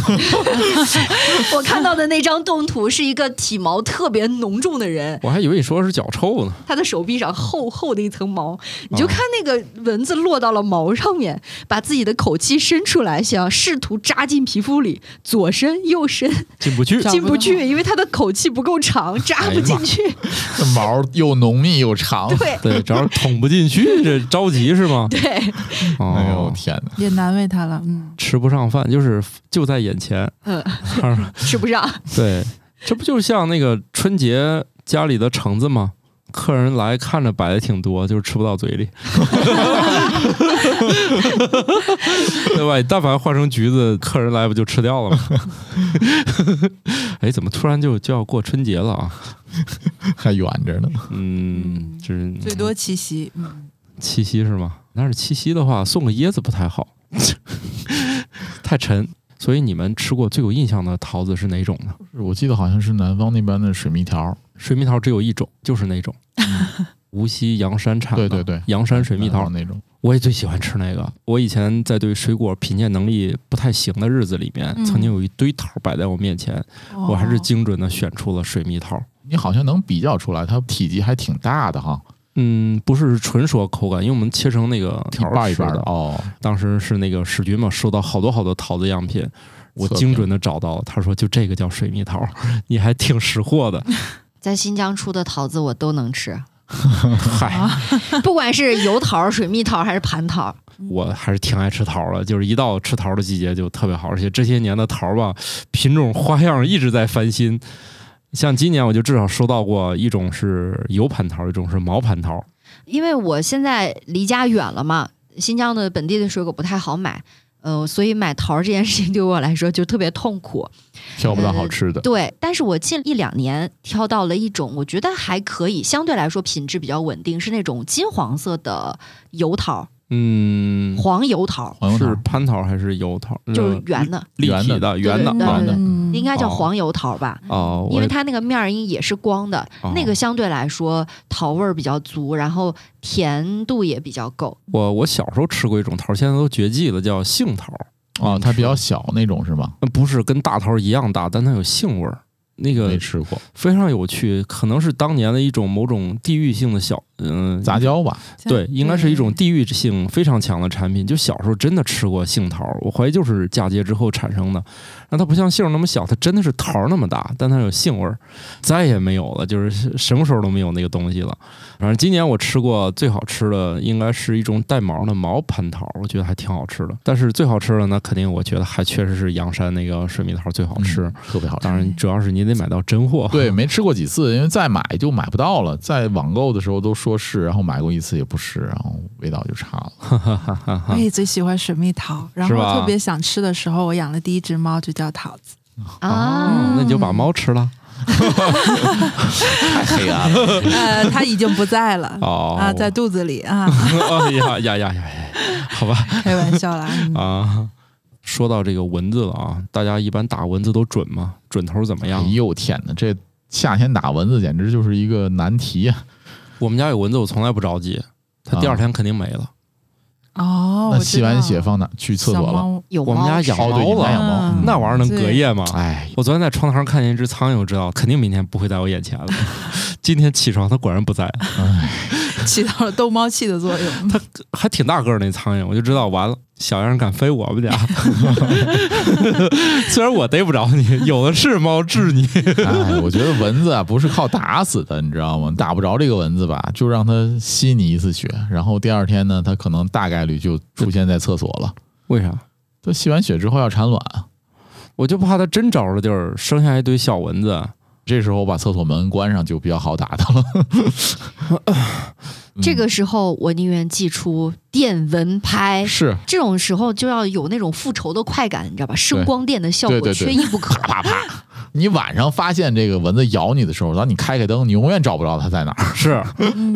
我看到的那张动图是一个体毛特别浓重的人，我还以为你说是脚臭呢。他的手臂上厚厚的一层毛，你就看那个蚊子落到了毛上面，把自己的口气伸出来，想试图扎进皮肤里，左伸右伸进不去找进不不哎到去，因为他的口气不够长，扎不进去。这毛又浓密又长，对对，主要是捅不进去，这着急是吗？ <laughs> 对，哎呦哦，天哪！也难为他了，嗯吃不上饭，就是就在眼前。嗯，吃不上。对，这不就像那个春节家里的橙子吗？客人来看着摆的挺多，就是吃不到嘴里，对吧？你但凡换成橘子，客人来不就吃掉了吗？ <laughs> 哎，怎么突然就就要过春节了啊？还远着呢。嗯，就是最多七夕，嗯，七夕是吗？但是七夕的话，送个椰子不太好， <laughs> 太沉。所以你们吃过最有印象的桃子是哪种呢？我记得好像是南方那边的水蜜桃，水蜜桃只有一种，就是那种，无锡阳山产的，对对对阳山水蜜南桃方，那种。我也最喜欢吃那个。我以前在对水果品鉴能力不太行的日子里面，嗯曾经有一堆桃摆在我面前，哦我还是精准的选出了水蜜桃。你好像能比较出来，它体积还挺大的哈，嗯，不是纯说口感，因为我们切成那个条一半一半吃的的哦。当时是那个史军嘛，收到好多好多桃子样品，我测评精准的找到了。他说就这个叫水蜜桃， <laughs> 你还挺识货的。在新疆出的桃子我都能吃，嗨， <laughs> 不管是油桃、水蜜桃还是蟠桃，我还是挺爱吃桃的，就是一到吃桃的季节就特别好，而且这些年的桃吧，品种花样一直在翻新。像今年我就至少收到过一种是油蟠桃，一种是毛蟠桃。因为我现在离家远了嘛，新疆的本地的水果不太好买，呃，所以买桃儿这件事情对我来说就特别痛苦。挑不到好吃的，对，但是我近一两年挑到了一种，我觉得还可以，相对来说品质比较稳定，是那种金黄色的油桃，嗯，黄油桃，黄油是桃蟠桃还是油桃？就是圆的，立体圆的的圆的对对啊对嗯应该叫哦黄油桃吧？哦，因我为也它那个面儿应也是光的，哦那个相对来说桃味儿比较足，然后甜度也比较够。我我小时候吃过一种桃，现在都绝迹了，叫杏桃。哦，它比较小那种是吗？呃不是跟大桃一样大，但它有杏味儿，那个没吃过非常有趣，可能是当年的一种某种地域性的小嗯杂交吧？对，应该是一嗯种地域性非常强的产品。就小时候真的吃过杏桃，我怀疑就是嫁接之后产生的。那它不像杏儿那么小，它真的是桃儿那么大，但它有杏味儿，再也没有了，就是什么时候都没有那个东西了。反正今年我吃过最好吃的，应该是一种带毛的毛蟠桃，我觉得还挺好吃的。但是最好吃的呢，肯定我觉得还确实是阳山那个水蜜桃最好吃。嗯特别好吃当。然，主要是你得买到真货。对，没吃过几次，因为再买就买不到了。在网购的时候都说是，然后买过一次也不是，然后味道就差了。我也最喜欢水蜜桃，然是后吧特别想吃的时候，我养了第一只猫就叫桃子。哦啊，那你嗯就把猫吃了。太黑 <laughs> 暗了，呃，它已经不在了 <laughs> 哦啊，在肚子里啊，哎呀呀呀呀！好吧开玩笑啦。嗯啊，说到这个蚊子了啊，大家一般打蚊子都准吗？准头怎么哎样？呦天哪，这夏天打蚊子简直就是一个难题啊呀、我们家有蚊子，我从来不着急，它第二天肯定没了。哦，那我吸知道完血放哪？去厕所小了。猫有我们猫家吃养哦，对，你们猫家了养猫，嗯那玩意儿能隔夜吗？哎，我昨天在窗台上看见一只苍蝇，知道肯定明天不会在我眼前了。 <laughs> 今天起床，它果然不在，起到了逗猫气的作用。还挺大个儿那苍蝇，我就知道完了，小样儿敢飞我们家。 <laughs> 虽然我逮不着你，有的是猫治你。哎，我觉得蚊子啊不是靠打死的，你知道吗？打不着这个蚊子吧，就让它吸你一次血，然后第二天呢，它可能大概率就出现在厕所了。为啥？它吸完血之后要产卵，我就怕它真着了地儿，生下一堆小蚊子。这时候把厕所门关上就比较好打它了。 <laughs> 嗯这个时候我宁愿寄出电蚊拍。是这种时候就要有那种复仇的快感，你知道吧？声光电的效对果对对缺一不可。啪啪。你晚上发现这个蚊子咬你的时候，然后你开开灯，你永远找不着它在哪儿。是，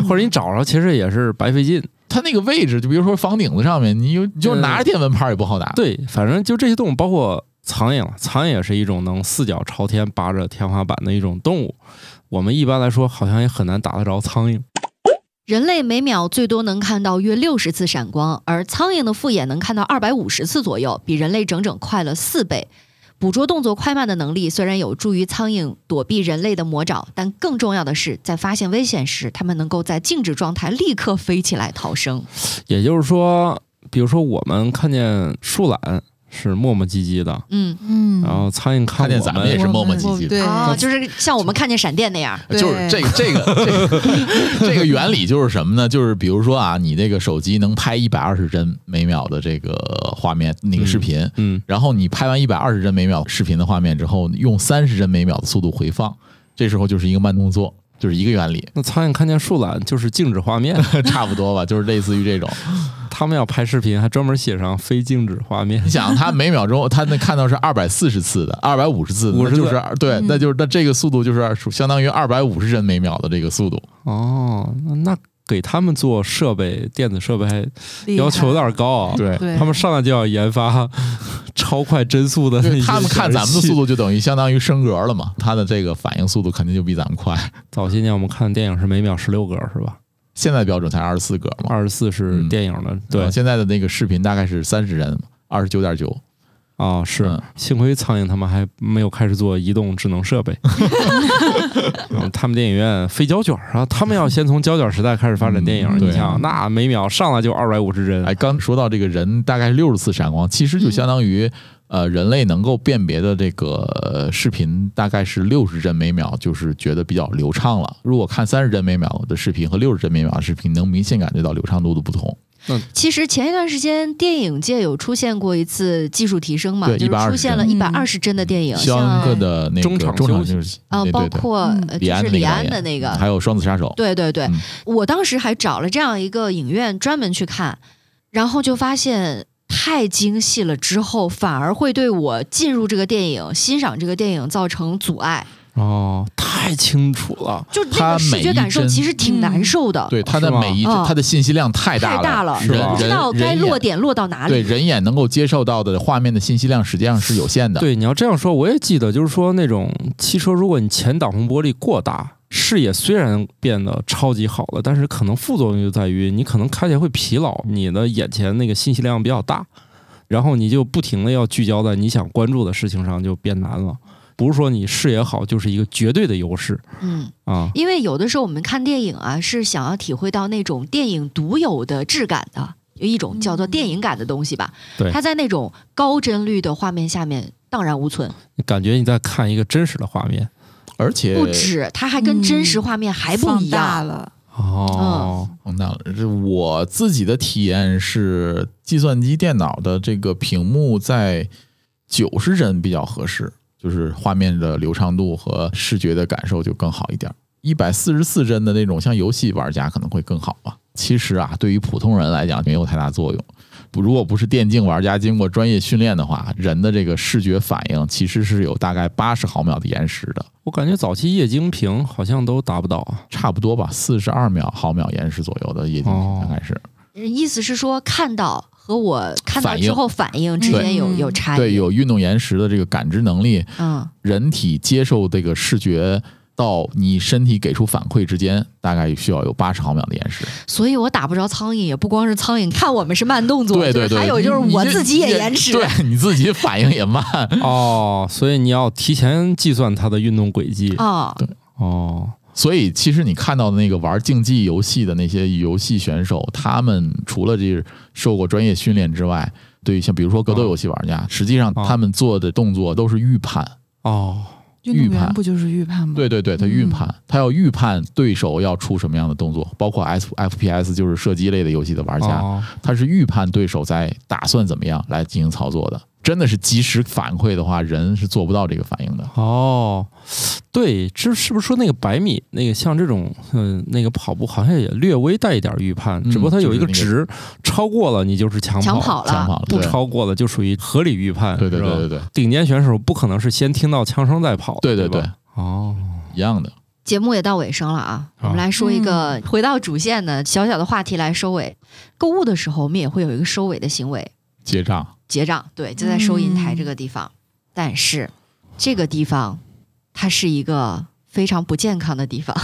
或者你找着其实也是白费劲。它那个位置，就比如说房顶子上面，你有你就拿着电蚊拍也不好打。对，反正就这些动物，包括苍蝇，苍蝇也是一种能四脚朝天扒着天花板的一种动物。我们一般来说好像也很难打得着苍蝇。人类每秒最多能看到约六十次闪光，而苍蝇的复眼能看到二百五十次左右，比人类整整快了四倍。捕捉动作快慢的能力虽然有助于苍蝇躲避人类的魔爪，但更重要的是，在发现危险时，它们能够在静止状态立刻飞起来逃生。也就是说，比如说我们看见树懒是磨磨唧唧的，嗯，嗯然后苍蝇看看见我咱们也们是磨磨唧唧的对，啊，就是像我们看见闪电那样。对就是这个这个这个这个原理就是什么呢？就是比如说啊，你这个手机能拍一百二十帧每秒的这个画面那个视频，嗯，然后你拍完一百二十帧每秒视频的画面之后，用三十帧每秒的速度回放，这时候就是一个慢动作，就是一个原理， <laughs> 那苍蝇看见树懒就是静止画面，差不多吧，就是类似于这种。他们要拍视频还专门写上非静止画面你。想，他每秒钟他那看到是二百四十次的，二百五十次的， 50那就是次二对，那就是那这个速度就是相当于二百五十帧每秒的这个速度。哦，那那给他们做设备，电子设备还厉害要求有点高啊。对对他们上来就要研发 <laughs> 超快帧速的 <laughs> 就那 <laughs> 是些他们看咱们的速显示器。度，就等于相当于升格了嘛。他的这个反应速度肯定就比咱们快。早些年我们看电影是每秒十六格是吧？现在标准才二十四格嘛，二十四是嗯电影的，对现在的那个视频大概是三十帧，二十九点九。啊、是、嗯幸亏苍蝇他们还没有开始做移动智能 <laughs> 设备，嗯他们电影院飞胶卷儿啊，他们要先从胶卷时代开始发展电影，嗯你对想那每秒上来就二百五十帧，哎，刚说到这个人大概六十次闪光，其实嗯就相当于呃人类能够辨别的这个呃视频大概是六十帧每秒，就是觉得比较流畅了。如果看三十帧每秒的视频和六十帧每秒的视频，能明显感觉到流畅度的不同。其实前一段时间电影界有出现过一次技术提升嘛，对就是120出现了一帧百二十帧的电影，肖恩像克的那个中中场场休息就是啊、嗯对包对对括、嗯呃、李就安的那是李个安导的演嗯那个，还有双子杀手，对对对，嗯我当时还找了这样一个影院专门去看，然后就发现太精细了，之后反而会对我进入这个电影、欣赏这个电影造成阻碍。哦，太太清楚了。就那个视觉感受其实挺难受的，对，它的是吗每一哦它的信息量太太大大了，人是吧不知道人该人落眼点落到哪对里。人眼能够接受到的画面的信息量实际上是有限的。对，你要这样说，我也记得，就是说那种汽车，如果你前挡风玻璃过大，视野虽然变得超级好了，但是可能副作用就在于你可能开起来会疲劳，你的眼前那个信息量比较大，然后你就不停的要聚焦在你想关注的事情上，就变难了。不是说你视野好就是一个绝对的优势嗯，啊，因为有的时候我们看电影啊，是想要体会到那种电影独有的质感的，有一种叫做电嗯影感的东西吧。对它在那种高帧率的画面下面荡然无存，你感觉你在看一个真实的画面而且不止，它还跟真实画面还不一嗯放大样。了，哦，放大了。这我自己的体验是，计算机电脑的这个屏幕在九十帧比较合适，就是画面的流畅度和视觉的感受就更好一点。一百四十四帧的那种，像游戏玩家可能会更好吧。其实啊，对于普通人来讲没有太大作用。不如果不是电竞玩家经过专业训练的话，人的这个视觉反应其实是有大概八十毫秒的延时的，我感觉早期液晶屏好像都达不到啊。差不多吧，四十二秒毫秒延时左右的液晶屏哦大概是。意思是说，看到和我看到反应之后反应之间有对有差异。对，有运动延时的这个感知能力，嗯。人体接受这个视觉到你身体给出反馈之间，大概需要有八十毫秒的延时。所以我打不着苍蝇，也不光是苍蝇看我们是慢动作，对对就是对，还有就是你我这自己也延迟。对你自己反应也慢。 <laughs> 哦，所以你要提前计算它的运动轨迹。啊、哦，所以其实你看到的那个玩竞技游戏的那些游戏选手，他们除了这受过专业训练之外，对于像比如说格啊斗游戏玩家，实际上哦他们做的动作都是预判。哦，运动预判员不就是预判吗？对对对，嗯他预判，他要预判对手要出什么样的动作，包括 S F P S 就是射击类的游戏的玩家，哦他是预判对手在打算怎么样来进行操作的。真的是及时反馈的话，人是做不到这个反应的。哦，对，这是不是说那个百米那个像这种嗯、那个跑步好像也略微带一点预判，嗯只不过它有一就是那值，超过了你就是抢跑，抢跑抢跑了，了，不对超过了就属于合理预判。对对对嗯是对吧对顶尖选手不可能是先听到枪声再跑的，对对对吧对，哦，一样的。节目也到尾声了啊，我们来说一个回到主线的小小的话题来收尾。购物的时候，我们也会有一个收尾的行为，结账，结账，对，就在收银台这个地方。但是这个地方，它是一个非常不健康的地 <laughs> 方。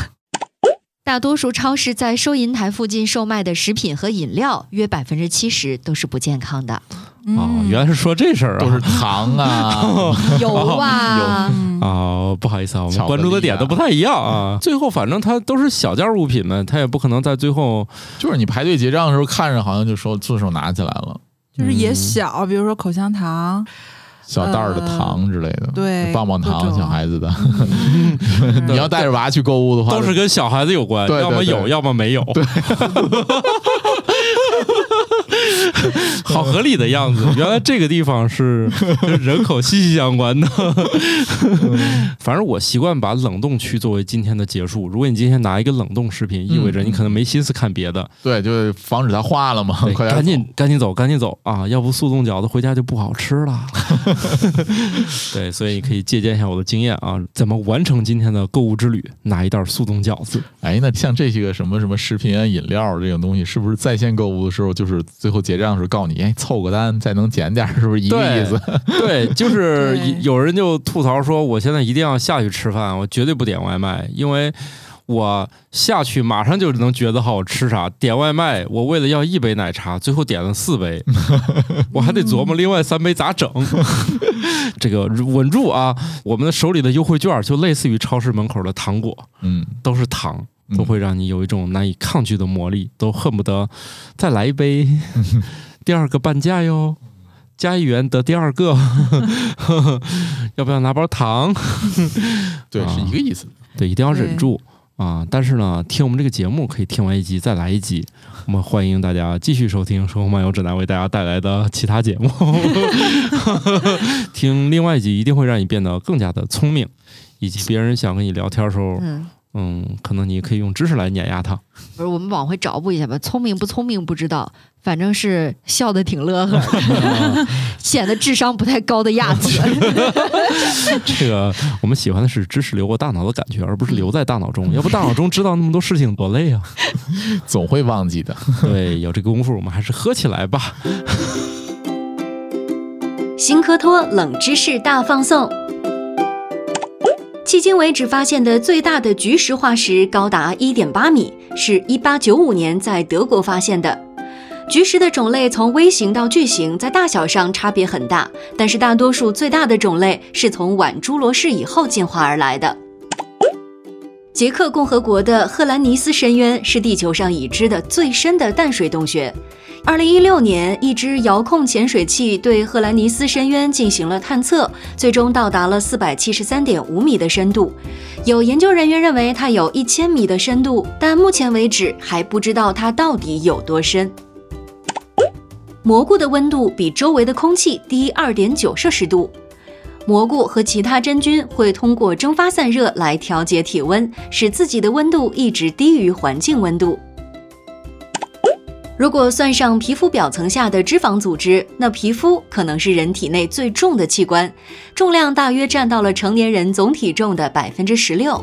大多数超市在收银台附近售卖的食品和饮料，约百分之七十都是不健康的。嗯，哦，原来是说这事儿啊，都是糖啊， <laughs> 有啊，嗯哦，不好意思啊，我巧们克关注的力点啊都不太一样啊。最后反正它都是小件物品嘛，它也不可能在最后就是你排队结账的时候看着好像就说顺手拿起来了，就是也嗯小，比如说口香糖，小袋儿的糖之类的，对棒棒各糖，种小孩子的。嗯 <laughs> 你要带着娃去购物的话，都是跟小孩子有关，对对要么对有，要么没有，对， <laughs> 好合理的样子。原来这个地方是跟人口息息相关的。嗯 <laughs> 反正我习惯把冷冻区作为今天的结束。如果你今天拿一个冷冻食品，意味嗯着你可能没心思看别的，对，就是防止它化了嘛，对快点赶紧赶紧走，赶紧走啊！要不速冻饺子回家就不好吃了。 <laughs> 对，所以你可以借鉴一下我的经验啊，怎么完成今天的购物之旅？拿一袋速冻饺子。哎，那像这些个什么什么食品啊、饮料这种东西，是不是在线购物的时候，就是最后结账的时候告诉你，哎，凑个单再能减点儿，是不是一个对意思？对，就是对有人就吐槽说，我现在一定要下去吃饭，我绝对不点外卖，因为我下去马上就能觉得好吃啥。点外卖，我为了要一杯奶茶，最后点了四杯，我还得琢磨另外三杯咋整。这个稳住啊！我们的手里的优惠券就类似于超市门口的糖果，嗯，都是糖，嗯都会让你有一种难以抗拒的魔力，都恨不得再来一 <laughs> 杯，第二个半价哟，加一元得第二个， <laughs> 要不要拿包 <laughs> 糖？对，啊是一个意思。对，一定要忍住啊！但是呢，听我们这个节目可以听完一集再来一集。我们欢迎大家继续收听《生活漫游指南》为大家带来的其他 <laughs> 节目，听另外一集一定会让你变得更加的聪明，以及别人想跟你聊天的时候，嗯，嗯，可能你可以用知识来碾压它。不是，我们往回找补一下吧。聪明不聪明不知道，反正是笑的挺乐呵的，显得智商不太高的样子。这个我们喜欢的是知识流过大脑的感觉，而不是留在大脑中。要不大脑中知道那么多事情多累啊！总会忘记的。对，有这功夫我们还是喝起来吧。 <laughs> 新科托冷知识大放送。迄今为止发现的最大的菊石化石高达1.8米，是1895年在德国发现的。菊石的种类从微型到巨型，在大小上差别很大，但是大多数最大的种类是从晚侏罗世以后进化而来的。捷克共和国的赫兰尼斯深渊是地球上已知的最深的淡水洞穴。二零一六年，一支遥控潜水器对赫兰尼斯深渊进行了探测，最终到达了四百七十三点五米的深度。有研究人员认为它有一千米的深度，但目前为止还不知道它到底有多深。蘑菇的温度比周围的空气低二点九摄氏度。蘑菇和其他真菌会通过蒸发散热来调节体温，使自己的温度一直低于环境温度。如果算上皮肤表层下的脂肪组织，那皮肤可能是人体内最重的器官，重量大约占到了成年人总体重的百分之十六。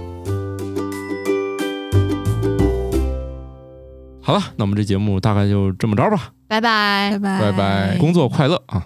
好了，那我们这节目大概就这么着吧。拜拜拜。拜拜哎拜工作快乐啊！